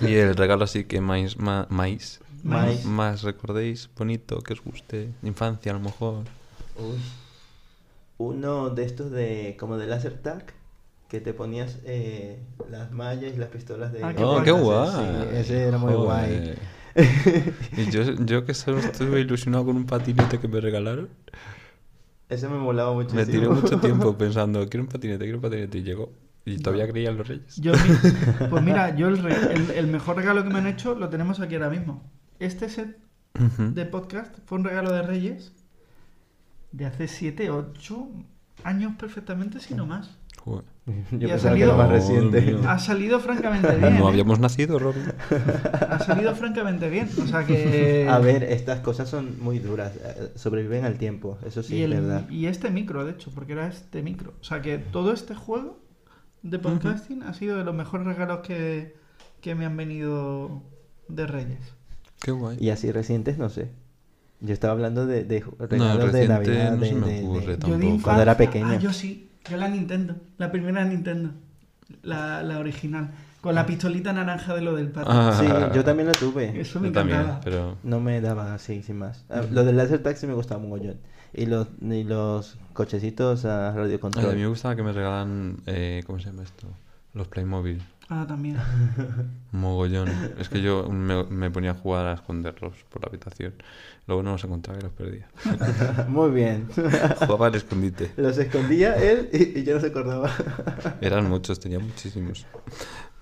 Speaker 1: Y el regalo así que más, ma- más,
Speaker 3: Maíz.
Speaker 1: más recordéis, bonito, que os guste, infancia a lo mejor.
Speaker 3: Uy. Uno de estos de como de laser tag que te ponías eh, las mallas y las pistolas de...
Speaker 2: Ah, Qué
Speaker 1: ¡Oh,
Speaker 2: guay.
Speaker 1: qué
Speaker 3: Sí,
Speaker 1: guay!
Speaker 3: ese era muy
Speaker 1: Joder.
Speaker 3: guay.
Speaker 1: Y yo, yo que solo estuve ilusionado con un patinete que me regalaron.
Speaker 3: ese me molaba muchísimo.
Speaker 1: Me tiré mucho tiempo pensando, quiero un patinete, quiero un patinete, y llegó. Y todavía creía en los reyes.
Speaker 2: Yo, mi- pues mira, yo el, re- el- el mejor regalo que me han hecho lo tenemos aquí ahora mismo. Este set
Speaker 1: Ujú.
Speaker 2: de podcast fue un regalo de Reyes de hace 7, 8 años perfectamente, si no más.
Speaker 1: Joder.
Speaker 3: Yo
Speaker 2: Y ha
Speaker 3: pensaba que era
Speaker 2: salido-
Speaker 3: más
Speaker 1: Madre
Speaker 3: reciente. Ah,
Speaker 1: mía.
Speaker 2: Ha salido francamente bien.
Speaker 1: No
Speaker 2: ¿eh?
Speaker 1: habíamos nacido, Robin.
Speaker 2: Ha salido francamente bien. O sea que...
Speaker 3: eh. A ver, estas cosas son muy duras, eh, sobreviven al tiempo, eso sí,
Speaker 2: y, el-
Speaker 3: es verdad.
Speaker 2: y este micro, de hecho, porque era este micro. O sea que todo este juego de podcasting ha sido de los mejores regalos que, que me han venido de Reyes.
Speaker 1: Qué guay.
Speaker 3: Y así recientes, no sé. Yo estaba hablando de, de ju- regalos de
Speaker 1: reciente
Speaker 3: Navidad,
Speaker 1: no
Speaker 3: de,
Speaker 1: se me
Speaker 3: de- de-
Speaker 1: ocurre
Speaker 2: Yo de
Speaker 1: Tampoco.
Speaker 2: infancia-
Speaker 3: Cuando era pequeño.
Speaker 2: ah, yo sí, yo la Nintendo, la primera Nintendo, la, la original, con la pistolita naranja de lo del patio.
Speaker 1: Ah.
Speaker 3: Sí, yo también lo tuve.
Speaker 2: Eso me
Speaker 1: Yo también,
Speaker 2: encantaba.
Speaker 1: pero...
Speaker 3: No me daba así, sin más. Ah, Lo del laser taxi me gustaba mogollón. Y los, y los cochecitos a radio
Speaker 1: Ay, a mí me
Speaker 3: control.
Speaker 1: gustaba que me regalan... eh, ¿Cómo se llama esto? Los Playmobil.
Speaker 2: Ah, también.
Speaker 1: Mogollón. Es que yo me, me ponía a jugar a esconderlos por la habitación. Luego no los encontraba y los perdía.
Speaker 3: Muy bien.
Speaker 1: Jugaba al escondite.
Speaker 3: los escondía él y, y yo no se acordaba.
Speaker 1: Eran muchos, tenía muchísimos.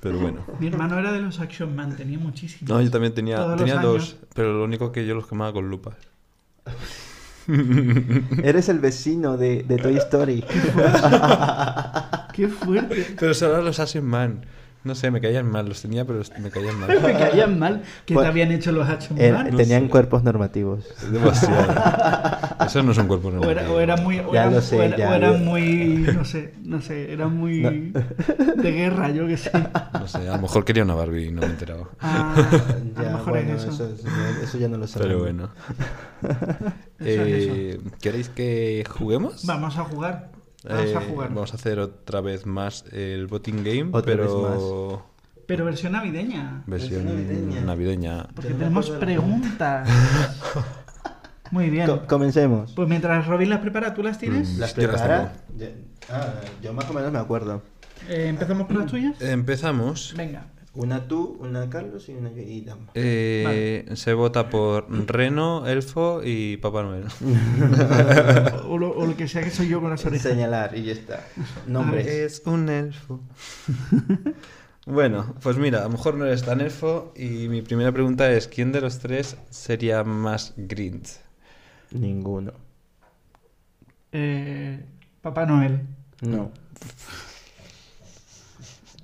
Speaker 1: Pero bueno.
Speaker 2: Mi hermano era de los Action Man, tenía muchísimos.
Speaker 1: No, yo también tenía,
Speaker 2: Todos los
Speaker 1: tenía dos,
Speaker 2: años.
Speaker 1: pero lo único que yo los quemaba con lupas.
Speaker 3: Eres el vecino de, de Toy Story.
Speaker 2: ¡Qué fuerte!
Speaker 1: Pero solo los Action Man. No sé, me caían mal, los tenía, pero los- me caían
Speaker 2: Me
Speaker 1: mal.
Speaker 2: caían mal que te
Speaker 3: Pues-
Speaker 2: habían hecho los Action
Speaker 3: Eh,
Speaker 2: Man.
Speaker 3: tenían cuerpos normativos.
Speaker 1: Demasiado. Eso no es un cuerpo
Speaker 2: O
Speaker 1: normal.
Speaker 2: era, o era muy. O
Speaker 3: Ya
Speaker 2: era-
Speaker 3: lo sé,
Speaker 2: o era-
Speaker 3: ya,
Speaker 2: o era
Speaker 3: ya.
Speaker 2: muy. No sé, no sé, era muy. de guerra, yo que sé.
Speaker 1: No sé, a lo mejor quería una Barbie y no me he enterado.
Speaker 2: Ah, a lo
Speaker 3: Ya,
Speaker 2: mejor
Speaker 3: bueno,
Speaker 2: es eso.
Speaker 3: Eso, ya- eso ya no lo sabemos.
Speaker 1: Pero bueno.
Speaker 2: Eso es
Speaker 1: Eh, ¿Queréis que juguemos?
Speaker 2: Vamos a jugar. Vamos a
Speaker 1: Eh,
Speaker 2: jugar.
Speaker 1: vamos a hacer otra vez más el voting game,
Speaker 3: Otra
Speaker 1: pero
Speaker 2: Pero versión navideña.
Speaker 1: versión
Speaker 3: Versión navideña.
Speaker 1: navideña.
Speaker 2: Porque
Speaker 3: Ya me
Speaker 2: tenemos
Speaker 3: acuerdo de la-
Speaker 2: preguntas. Muy bien.
Speaker 3: Co- comencemos.
Speaker 2: Pues mientras Robin las prepara, ¿tú las tienes?
Speaker 1: Mm.
Speaker 3: ¿Las
Speaker 1: Yo las
Speaker 3: prepara? Ya- ah, yo más o menos me acuerdo.
Speaker 2: Eh, ¿Empezamos con
Speaker 3: Mm.
Speaker 2: las tuyas?
Speaker 1: Empezamos.
Speaker 2: Venga.
Speaker 3: Una tú, una Carlos y una yo y Dama.
Speaker 1: Eh, Se vota por Reno, Elfo y Papá Noel.
Speaker 2: O lo, o lo que sea que soy yo con las orejas.
Speaker 3: Señalar y ya está.
Speaker 2: Ah, eh.
Speaker 3: Nombres.
Speaker 1: Es un elfo. bueno, pues mira, a lo mejor no eres tan elfo y mi primera pregunta es, ¿quién de los tres sería más grind?
Speaker 3: Ninguno.
Speaker 2: Eh, Papá Noel.
Speaker 3: No.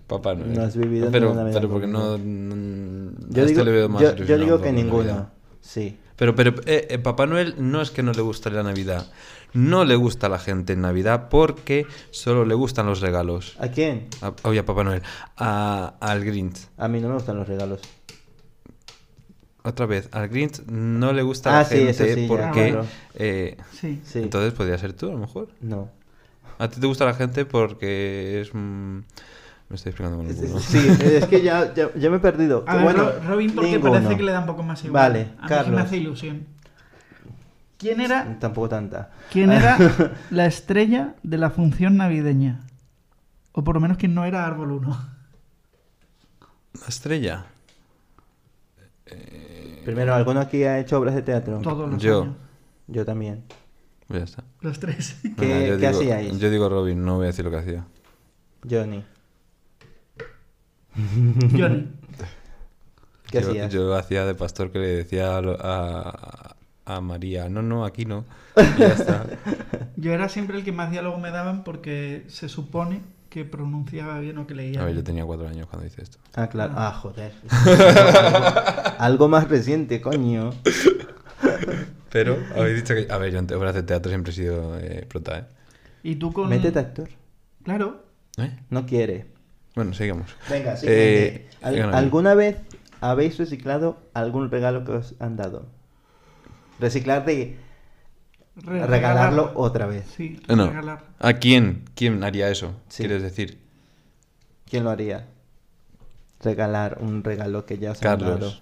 Speaker 1: Papá Noel.
Speaker 3: No has vivido
Speaker 1: pero,
Speaker 3: ninguna Navidad
Speaker 1: pero porque no...
Speaker 3: conmigo.
Speaker 1: mm, a
Speaker 3: Yo
Speaker 1: este
Speaker 3: digo,
Speaker 1: le veo más
Speaker 3: yo- yo
Speaker 1: ilusionado
Speaker 3: digo
Speaker 1: por
Speaker 3: que
Speaker 1: la
Speaker 3: ninguno.
Speaker 1: Navidad.
Speaker 3: Sí.
Speaker 1: Pero, pero eh, eh, Papá Noel no es que no le guste la Navidad. No le gusta a la gente en Navidad porque solo le gustan los regalos.
Speaker 3: ¿A quién?
Speaker 1: A- oye, a Papá Noel. A- al Grinch.
Speaker 3: A mí no me gustan los regalos.
Speaker 1: Otra vez, al Grinch no le gusta
Speaker 3: Ah,
Speaker 1: la
Speaker 3: sí, eso
Speaker 1: gente
Speaker 3: sí, ya,
Speaker 1: porque...
Speaker 3: claro.
Speaker 1: eh,
Speaker 2: Sí.
Speaker 3: Sí.
Speaker 1: Entonces podría ser tú, a lo mejor.
Speaker 3: No.
Speaker 1: A ti te gusta la gente porque es... mm, me estoy explicando con el culo.
Speaker 3: Sí, es que ya, ya, ya me he perdido.
Speaker 2: A ver,
Speaker 3: bueno,
Speaker 2: Ro- Robin, porque
Speaker 3: ninguno.
Speaker 2: parece que le da un poco más igual.
Speaker 3: Vale,
Speaker 2: a mí sí
Speaker 3: Carlos. Mm,
Speaker 2: me hace ilusión. ¿Quién era,
Speaker 3: Tampoco tanta.
Speaker 2: quién era la estrella de la función navideña? O por lo menos que no era Árbol 1.
Speaker 1: La estrella.
Speaker 3: Primero, ¿alguno aquí ha hecho obras de teatro?
Speaker 2: Todos los
Speaker 1: Yo.
Speaker 2: años.
Speaker 3: Yo también.
Speaker 1: Pues ya está.
Speaker 2: Los tres.
Speaker 3: ¿Qué-
Speaker 1: Nada, yo
Speaker 3: qué
Speaker 1: digo-
Speaker 3: hacíais?
Speaker 1: Yo digo Robin, no voy a decir lo que hacía.
Speaker 3: Johnny.
Speaker 2: Johnny.
Speaker 3: ¿Qué
Speaker 1: yo,
Speaker 3: hacías?
Speaker 1: yo hacía de pastor que le decía a, lo- a- a María, no, no, aquí no. Y ya está.
Speaker 2: Yo era siempre el que más diálogo me daban porque se supone que pronunciaba bien o que leía.
Speaker 1: A ver, yo
Speaker 2: bien.
Speaker 1: tenía cuatro años cuando hice esto.
Speaker 3: Ah, claro.
Speaker 2: Ah.
Speaker 3: Ah, joder. algo, algo más reciente, coño.
Speaker 1: Pero habéis dicho que... A ver, yo en te- obras de teatro siempre he sido eh, prota, ¿eh?
Speaker 2: Y tú con.
Speaker 3: Métete actor.
Speaker 2: Claro.
Speaker 1: ¿Eh?
Speaker 3: No quiere.
Speaker 1: Bueno, sigamos.
Speaker 3: Venga, sí.
Speaker 1: Eh,
Speaker 3: Al-
Speaker 1: gana bien.
Speaker 3: ¿Alguna vez habéis reciclado algún regalo que os han dado? Reciclar de
Speaker 2: re-
Speaker 3: regalarlo
Speaker 2: regalar.
Speaker 3: otra vez.
Speaker 2: Sí,
Speaker 1: Eh, No.
Speaker 2: regalar.
Speaker 1: ¿A quién? ¿Quién haría eso?
Speaker 3: Sí.
Speaker 1: Quieres decir,
Speaker 3: ¿Quién lo haría? Regalar un regalo que ya os han dado.
Speaker 1: Carlos.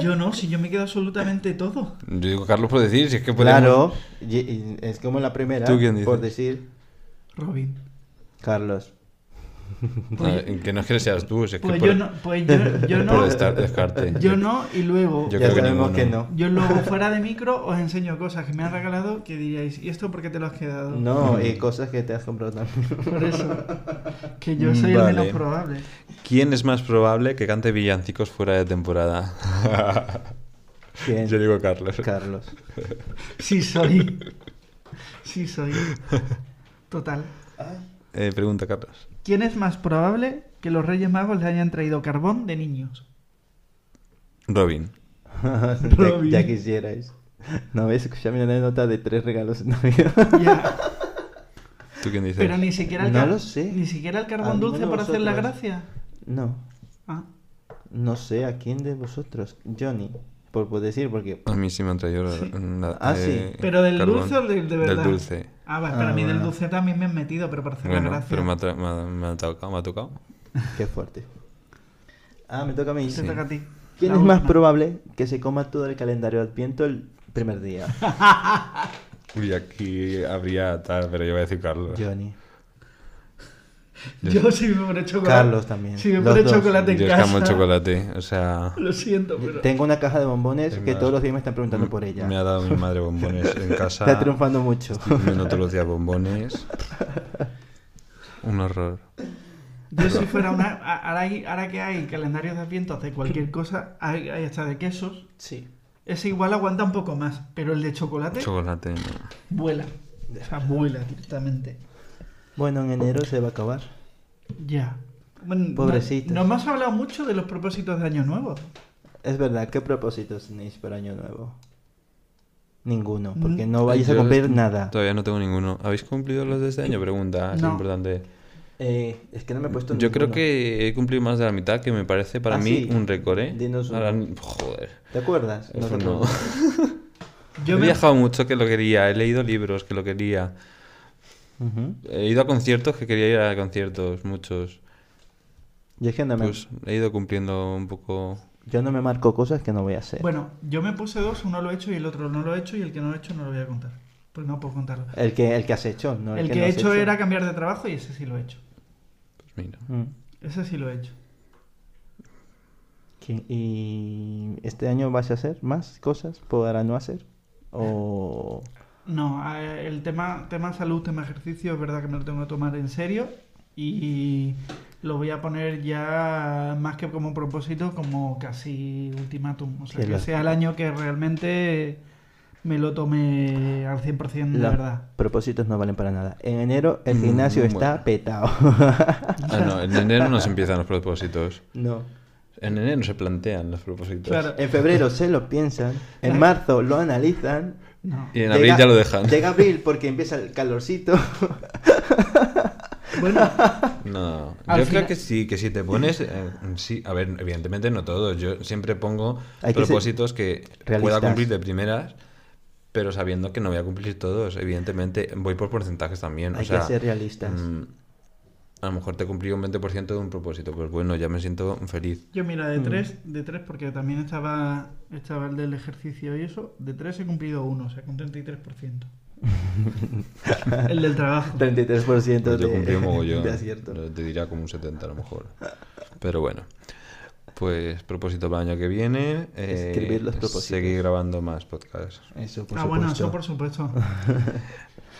Speaker 2: Yo no, si yo me quedo absolutamente todo.
Speaker 1: Yo digo Carlos por decir, si es que podemos...
Speaker 3: Claro, y- y es como la primera,
Speaker 1: ¿Tú quién dices?
Speaker 3: por decir
Speaker 2: Robin.
Speaker 3: Carlos.
Speaker 1: A ver, que no es que seas tú, si es que
Speaker 2: Pues
Speaker 1: por,
Speaker 2: yo no, pues yo, yo no,
Speaker 1: por estar- descarte.
Speaker 2: yo no, y luego,
Speaker 1: Yo
Speaker 3: ya
Speaker 1: creo que
Speaker 3: sabemos que
Speaker 1: ninguno.
Speaker 3: no.
Speaker 2: yo luego fuera de micro os enseño cosas que me han regalado que diríais, ¿y esto por qué te lo has quedado?
Speaker 3: No, y cosas que te has comprado también.
Speaker 2: Por eso, que yo soy el
Speaker 1: Vale.
Speaker 2: menos probable.
Speaker 1: ¿Quién es más probable que cante villancicos fuera de temporada?
Speaker 3: ¿Quién?
Speaker 1: Yo digo Carlos.
Speaker 3: Carlos.
Speaker 2: Sí soy, sí soy. Total.
Speaker 1: Eh, pregunta, Carlos.
Speaker 2: ¿Quién es más probable que los Reyes Magos le hayan traído carbón de niños?
Speaker 1: Robin.
Speaker 3: ya,
Speaker 2: Robin.
Speaker 3: ya quisierais. No habéis escuchado mi anécdota de tres regalos en Navidad.
Speaker 2: Ya.
Speaker 1: ¿Tú quién dices?
Speaker 2: Pero ni siquiera el
Speaker 3: No
Speaker 2: car-
Speaker 3: lo sé.
Speaker 2: Ni siquiera el carbón
Speaker 3: Alguno
Speaker 2: dulce
Speaker 3: de
Speaker 2: para hacer la
Speaker 3: vosotros.
Speaker 2: gracia.
Speaker 3: No,
Speaker 2: Ah,
Speaker 3: no sé a quién de vosotros. Johnny, por, por decir, porque.
Speaker 1: A mí sí me han traído la-
Speaker 2: Sí.
Speaker 1: la-
Speaker 3: Ah, sí.
Speaker 2: pero del
Speaker 1: Eh, carbón.
Speaker 2: dulce o del de verdad.
Speaker 1: Del dulce.
Speaker 2: Ah, vale,
Speaker 3: Ah,
Speaker 2: para mí del
Speaker 3: bueno.
Speaker 2: dulce también me han metido, pero para hacer la
Speaker 1: Bueno,
Speaker 2: gracia.
Speaker 1: pero me ha, tra- me ha- me ha tocado, me ha tocado.
Speaker 3: Qué fuerte. Ah, me toca a mí.
Speaker 2: Te toca a ti.
Speaker 3: ¿Quién
Speaker 2: La
Speaker 3: es más
Speaker 2: última.
Speaker 3: probable que se coma todo el calendario adviento el primer día?
Speaker 1: Uy, aquí habría tal, pero yo voy a decir Carlos.
Speaker 3: Johnny.
Speaker 2: Yo sí me pone chocolate.
Speaker 3: Carlos también.
Speaker 2: Si me
Speaker 3: Los
Speaker 2: pone
Speaker 3: dos.
Speaker 2: chocolate en
Speaker 1: Yo
Speaker 2: casa.
Speaker 1: escamo el chocolate, o sea...
Speaker 2: Lo siento, pero.
Speaker 3: Tengo una caja de bombones
Speaker 1: Es
Speaker 3: que
Speaker 1: más,
Speaker 3: todos los días me están preguntando por ella.
Speaker 1: Mm, Me ha dado mi madre bombones en casa.
Speaker 3: Está triunfando mucho.
Speaker 1: Estoy comiendo todos los días bombones. Un horror.
Speaker 2: Yo si fuera una. a- Ahora, hay- ahora que hay calendarios de adviento, hace cualquier cosa. Hay, hay hasta de quesos.
Speaker 3: Sí.
Speaker 2: Ese igual aguanta un poco más, pero el de chocolate
Speaker 1: Chocolate, no.
Speaker 2: vuela. O sea, vuela directamente.
Speaker 3: Bueno, en enero se va a acabar.
Speaker 2: Ya. Bueno, no-
Speaker 3: Pobrecitos.
Speaker 2: No, hemos hablado mucho de los propósitos de Año Nuevo.
Speaker 3: Es verdad, ¿qué propósitos tenéis para Año Nuevo? Ninguno, porque
Speaker 2: Mm.
Speaker 3: no vais a
Speaker 1: Yo
Speaker 3: cumplir
Speaker 1: est-
Speaker 3: nada.
Speaker 1: Todavía no tengo ninguno. ¿Habéis cumplido los de este año? Pregunta, es
Speaker 2: No.
Speaker 1: importante.
Speaker 3: Eh, es que no me he puesto
Speaker 1: Yo creo
Speaker 3: ninguno.
Speaker 1: que he cumplido más de la mitad, que me parece para
Speaker 3: Ah,
Speaker 1: mí
Speaker 3: sí.
Speaker 1: un récord, ¿eh?
Speaker 3: Dinos uno.
Speaker 1: Ahora ni- joder.
Speaker 3: ¿Te acuerdas?
Speaker 1: eso
Speaker 3: te
Speaker 1: no.
Speaker 3: acuerdas.
Speaker 2: Yo
Speaker 1: he
Speaker 2: me,
Speaker 1: viajado mucho que lo quería, he leído libros que lo quería,
Speaker 3: Ujú.
Speaker 1: he ido a conciertos que quería ir a conciertos, muchos.
Speaker 3: Yo es que no me,
Speaker 1: Pues he ido cumpliendo un poco.
Speaker 3: yo no me marco cosas que no voy a hacer.
Speaker 2: Bueno, yo me puse dos, uno lo he hecho y el otro no lo he hecho y el que no lo he hecho no lo voy a contar. Pues no puedo contarlo.
Speaker 3: El, que, el que has hecho, no el,
Speaker 2: el que,
Speaker 3: no
Speaker 2: he
Speaker 3: has
Speaker 2: hecho, era cambiar de trabajo y ese sí lo he hecho.
Speaker 1: Pues mira.
Speaker 3: Mm.
Speaker 2: Ese sí lo he hecho.
Speaker 3: ¿Qué- ¿Y este año vas a hacer más cosas para no hacer? ¿O
Speaker 2: No, a- el tema, tema salud, tema ejercicio, es verdad que me lo tengo que tomar en serio y lo voy a poner ya más que como propósito, como casi ultimátum. O sea,
Speaker 3: Sí,
Speaker 2: que
Speaker 3: la-
Speaker 2: sea el año que realmente me lo tome al 100% de
Speaker 3: los
Speaker 2: verdad.
Speaker 3: propósitos no valen para nada? En enero el gimnasio
Speaker 1: Mm,
Speaker 3: está
Speaker 1: bueno.
Speaker 3: petado.
Speaker 1: Ah, no, en enero nos empiezan los propósitos.
Speaker 3: no.
Speaker 1: En enero se plantean los propósitos.
Speaker 2: Claro.
Speaker 3: En febrero se lo piensan, en marzo lo analizan.
Speaker 2: No.
Speaker 3: Eh,
Speaker 1: Y en abril ya lo dejan.
Speaker 3: Llega abril porque empieza el calorcito.
Speaker 2: Bueno,
Speaker 1: No,
Speaker 2: Al
Speaker 1: yo
Speaker 2: final-
Speaker 1: creo que sí, que si te pones... eh, sí, a ver, evidentemente no todos. Yo siempre pongo
Speaker 3: Hay que ser
Speaker 1: propósitos que, pueda
Speaker 3: realistas.
Speaker 1: cumplir de primeras, pero sabiendo que no voy a cumplir todos. Evidentemente voy por porcentajes también.
Speaker 3: Hay
Speaker 1: o sea,
Speaker 3: que ser realistas.
Speaker 1: mm, a lo mejor te cumplí un 20% de un propósito, pues bueno, ya me siento feliz.
Speaker 2: yo mira,
Speaker 3: Mm.
Speaker 2: de tres, de tres, porque también estaba, estaba el del ejercicio y eso, de tres he cumplido uno, o sea, con 33%. el del trabajo.
Speaker 3: 33% de,
Speaker 1: Pues yo cumplí un mogollón.
Speaker 3: de acierto.
Speaker 1: Yo Te diría como un 70 a lo mejor. Pero bueno. Pues propósito para el año que viene. eh,
Speaker 3: Escribir los propósitos.
Speaker 1: Seguir grabando más podcasts.
Speaker 3: Eso, por
Speaker 2: ah, bueno, eso
Speaker 3: supuesto.
Speaker 2: por supuesto.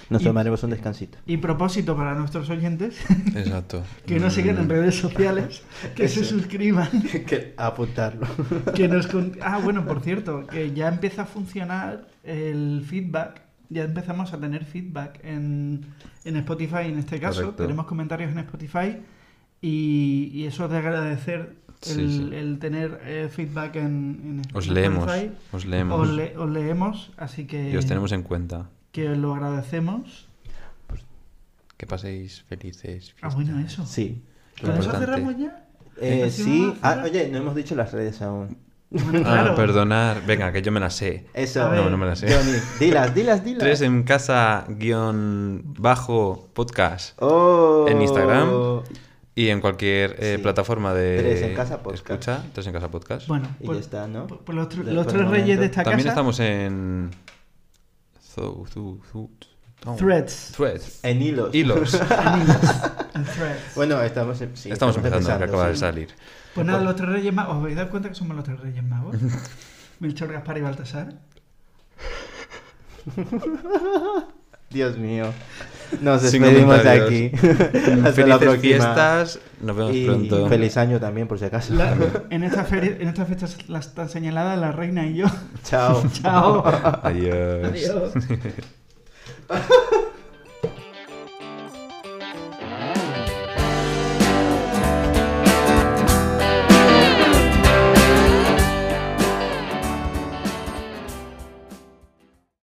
Speaker 3: Nos
Speaker 2: Y-
Speaker 3: tomaremos un descansito.
Speaker 2: Y propósito para nuestros oyentes,
Speaker 1: Exacto. Mm.
Speaker 2: que nos sigan en redes sociales, que se
Speaker 3: Mm. Eso.
Speaker 2: suscriban,
Speaker 3: que apuntarlo.
Speaker 2: que nos... con- Ah, bueno, por cierto, que ya empieza a funcionar el feedback, ya empezamos a tener feedback en, en Spotify, en este caso,
Speaker 1: Correcto.
Speaker 2: tenemos comentarios en Spotify y, y eso es de agradecer el,
Speaker 1: Sí, sí.
Speaker 2: el tener eh, feedback en, en
Speaker 1: Os
Speaker 2: Spotify.
Speaker 1: leemos. Os leemos.
Speaker 2: Os, le- os leemos, así que,
Speaker 1: Y os tenemos en cuenta.
Speaker 2: que lo agradecemos.
Speaker 1: Que paséis felices.
Speaker 2: Ah,
Speaker 1: fiestas.
Speaker 2: bueno, eso.
Speaker 3: Sí.
Speaker 2: ¿Con eso
Speaker 1: Importante.
Speaker 2: cerramos ya?
Speaker 3: Eh,
Speaker 2: Entonces,
Speaker 3: sí.
Speaker 2: vamos a
Speaker 3: Ah,
Speaker 2: cerrar.
Speaker 3: oye, no hemos dicho las redes aún.
Speaker 2: Bueno,
Speaker 1: Ah,
Speaker 2: claro.
Speaker 1: perdonar. Venga, que yo me la sé.
Speaker 3: Eso.
Speaker 2: A ver.
Speaker 1: No, no me la sé.
Speaker 3: Johnny, dilas, dilas, dilas.
Speaker 1: Tres en casa guión bajo podcast.
Speaker 3: Oh.
Speaker 1: en Instagram. Y en cualquier eh,
Speaker 3: Sí.
Speaker 1: plataforma de.
Speaker 3: Tres en casa podcast.
Speaker 1: Escucha, tres en casa podcast.
Speaker 2: Bueno,
Speaker 3: Y ya está, ¿no?
Speaker 2: pues- pues los, tr-
Speaker 3: De-
Speaker 2: los
Speaker 3: por el
Speaker 2: tres reyes
Speaker 3: momento.
Speaker 2: de esta
Speaker 1: También
Speaker 2: casa.
Speaker 1: estamos en. Zo- zu- zu- zu-
Speaker 2: Threads.
Speaker 1: Threads.
Speaker 3: En hilos.
Speaker 1: Hilos.
Speaker 2: en Threads.
Speaker 3: Bueno, estamos, en- sí,
Speaker 1: Estamos empezando, que acaba de
Speaker 3: sí.
Speaker 1: salir.
Speaker 2: Pues nada, los tres reyes magos. ¿Os habéis dado cuenta que somos los tres reyes magos? Melchor, Gaspar y Baltasar.
Speaker 3: Dios mío. Nos
Speaker 1: Sin
Speaker 3: despedimos de aquí.
Speaker 1: comentarios.
Speaker 3: Hasta la próxima.
Speaker 1: Felices fiestas. Nos vemos
Speaker 3: y
Speaker 1: pronto.
Speaker 3: feliz año también, por si acaso.
Speaker 2: La- en, esta feria, en esta fecha las tan señaladas la reina y yo.
Speaker 3: Chao.
Speaker 2: Chao.
Speaker 1: Adiós.
Speaker 2: Adiós.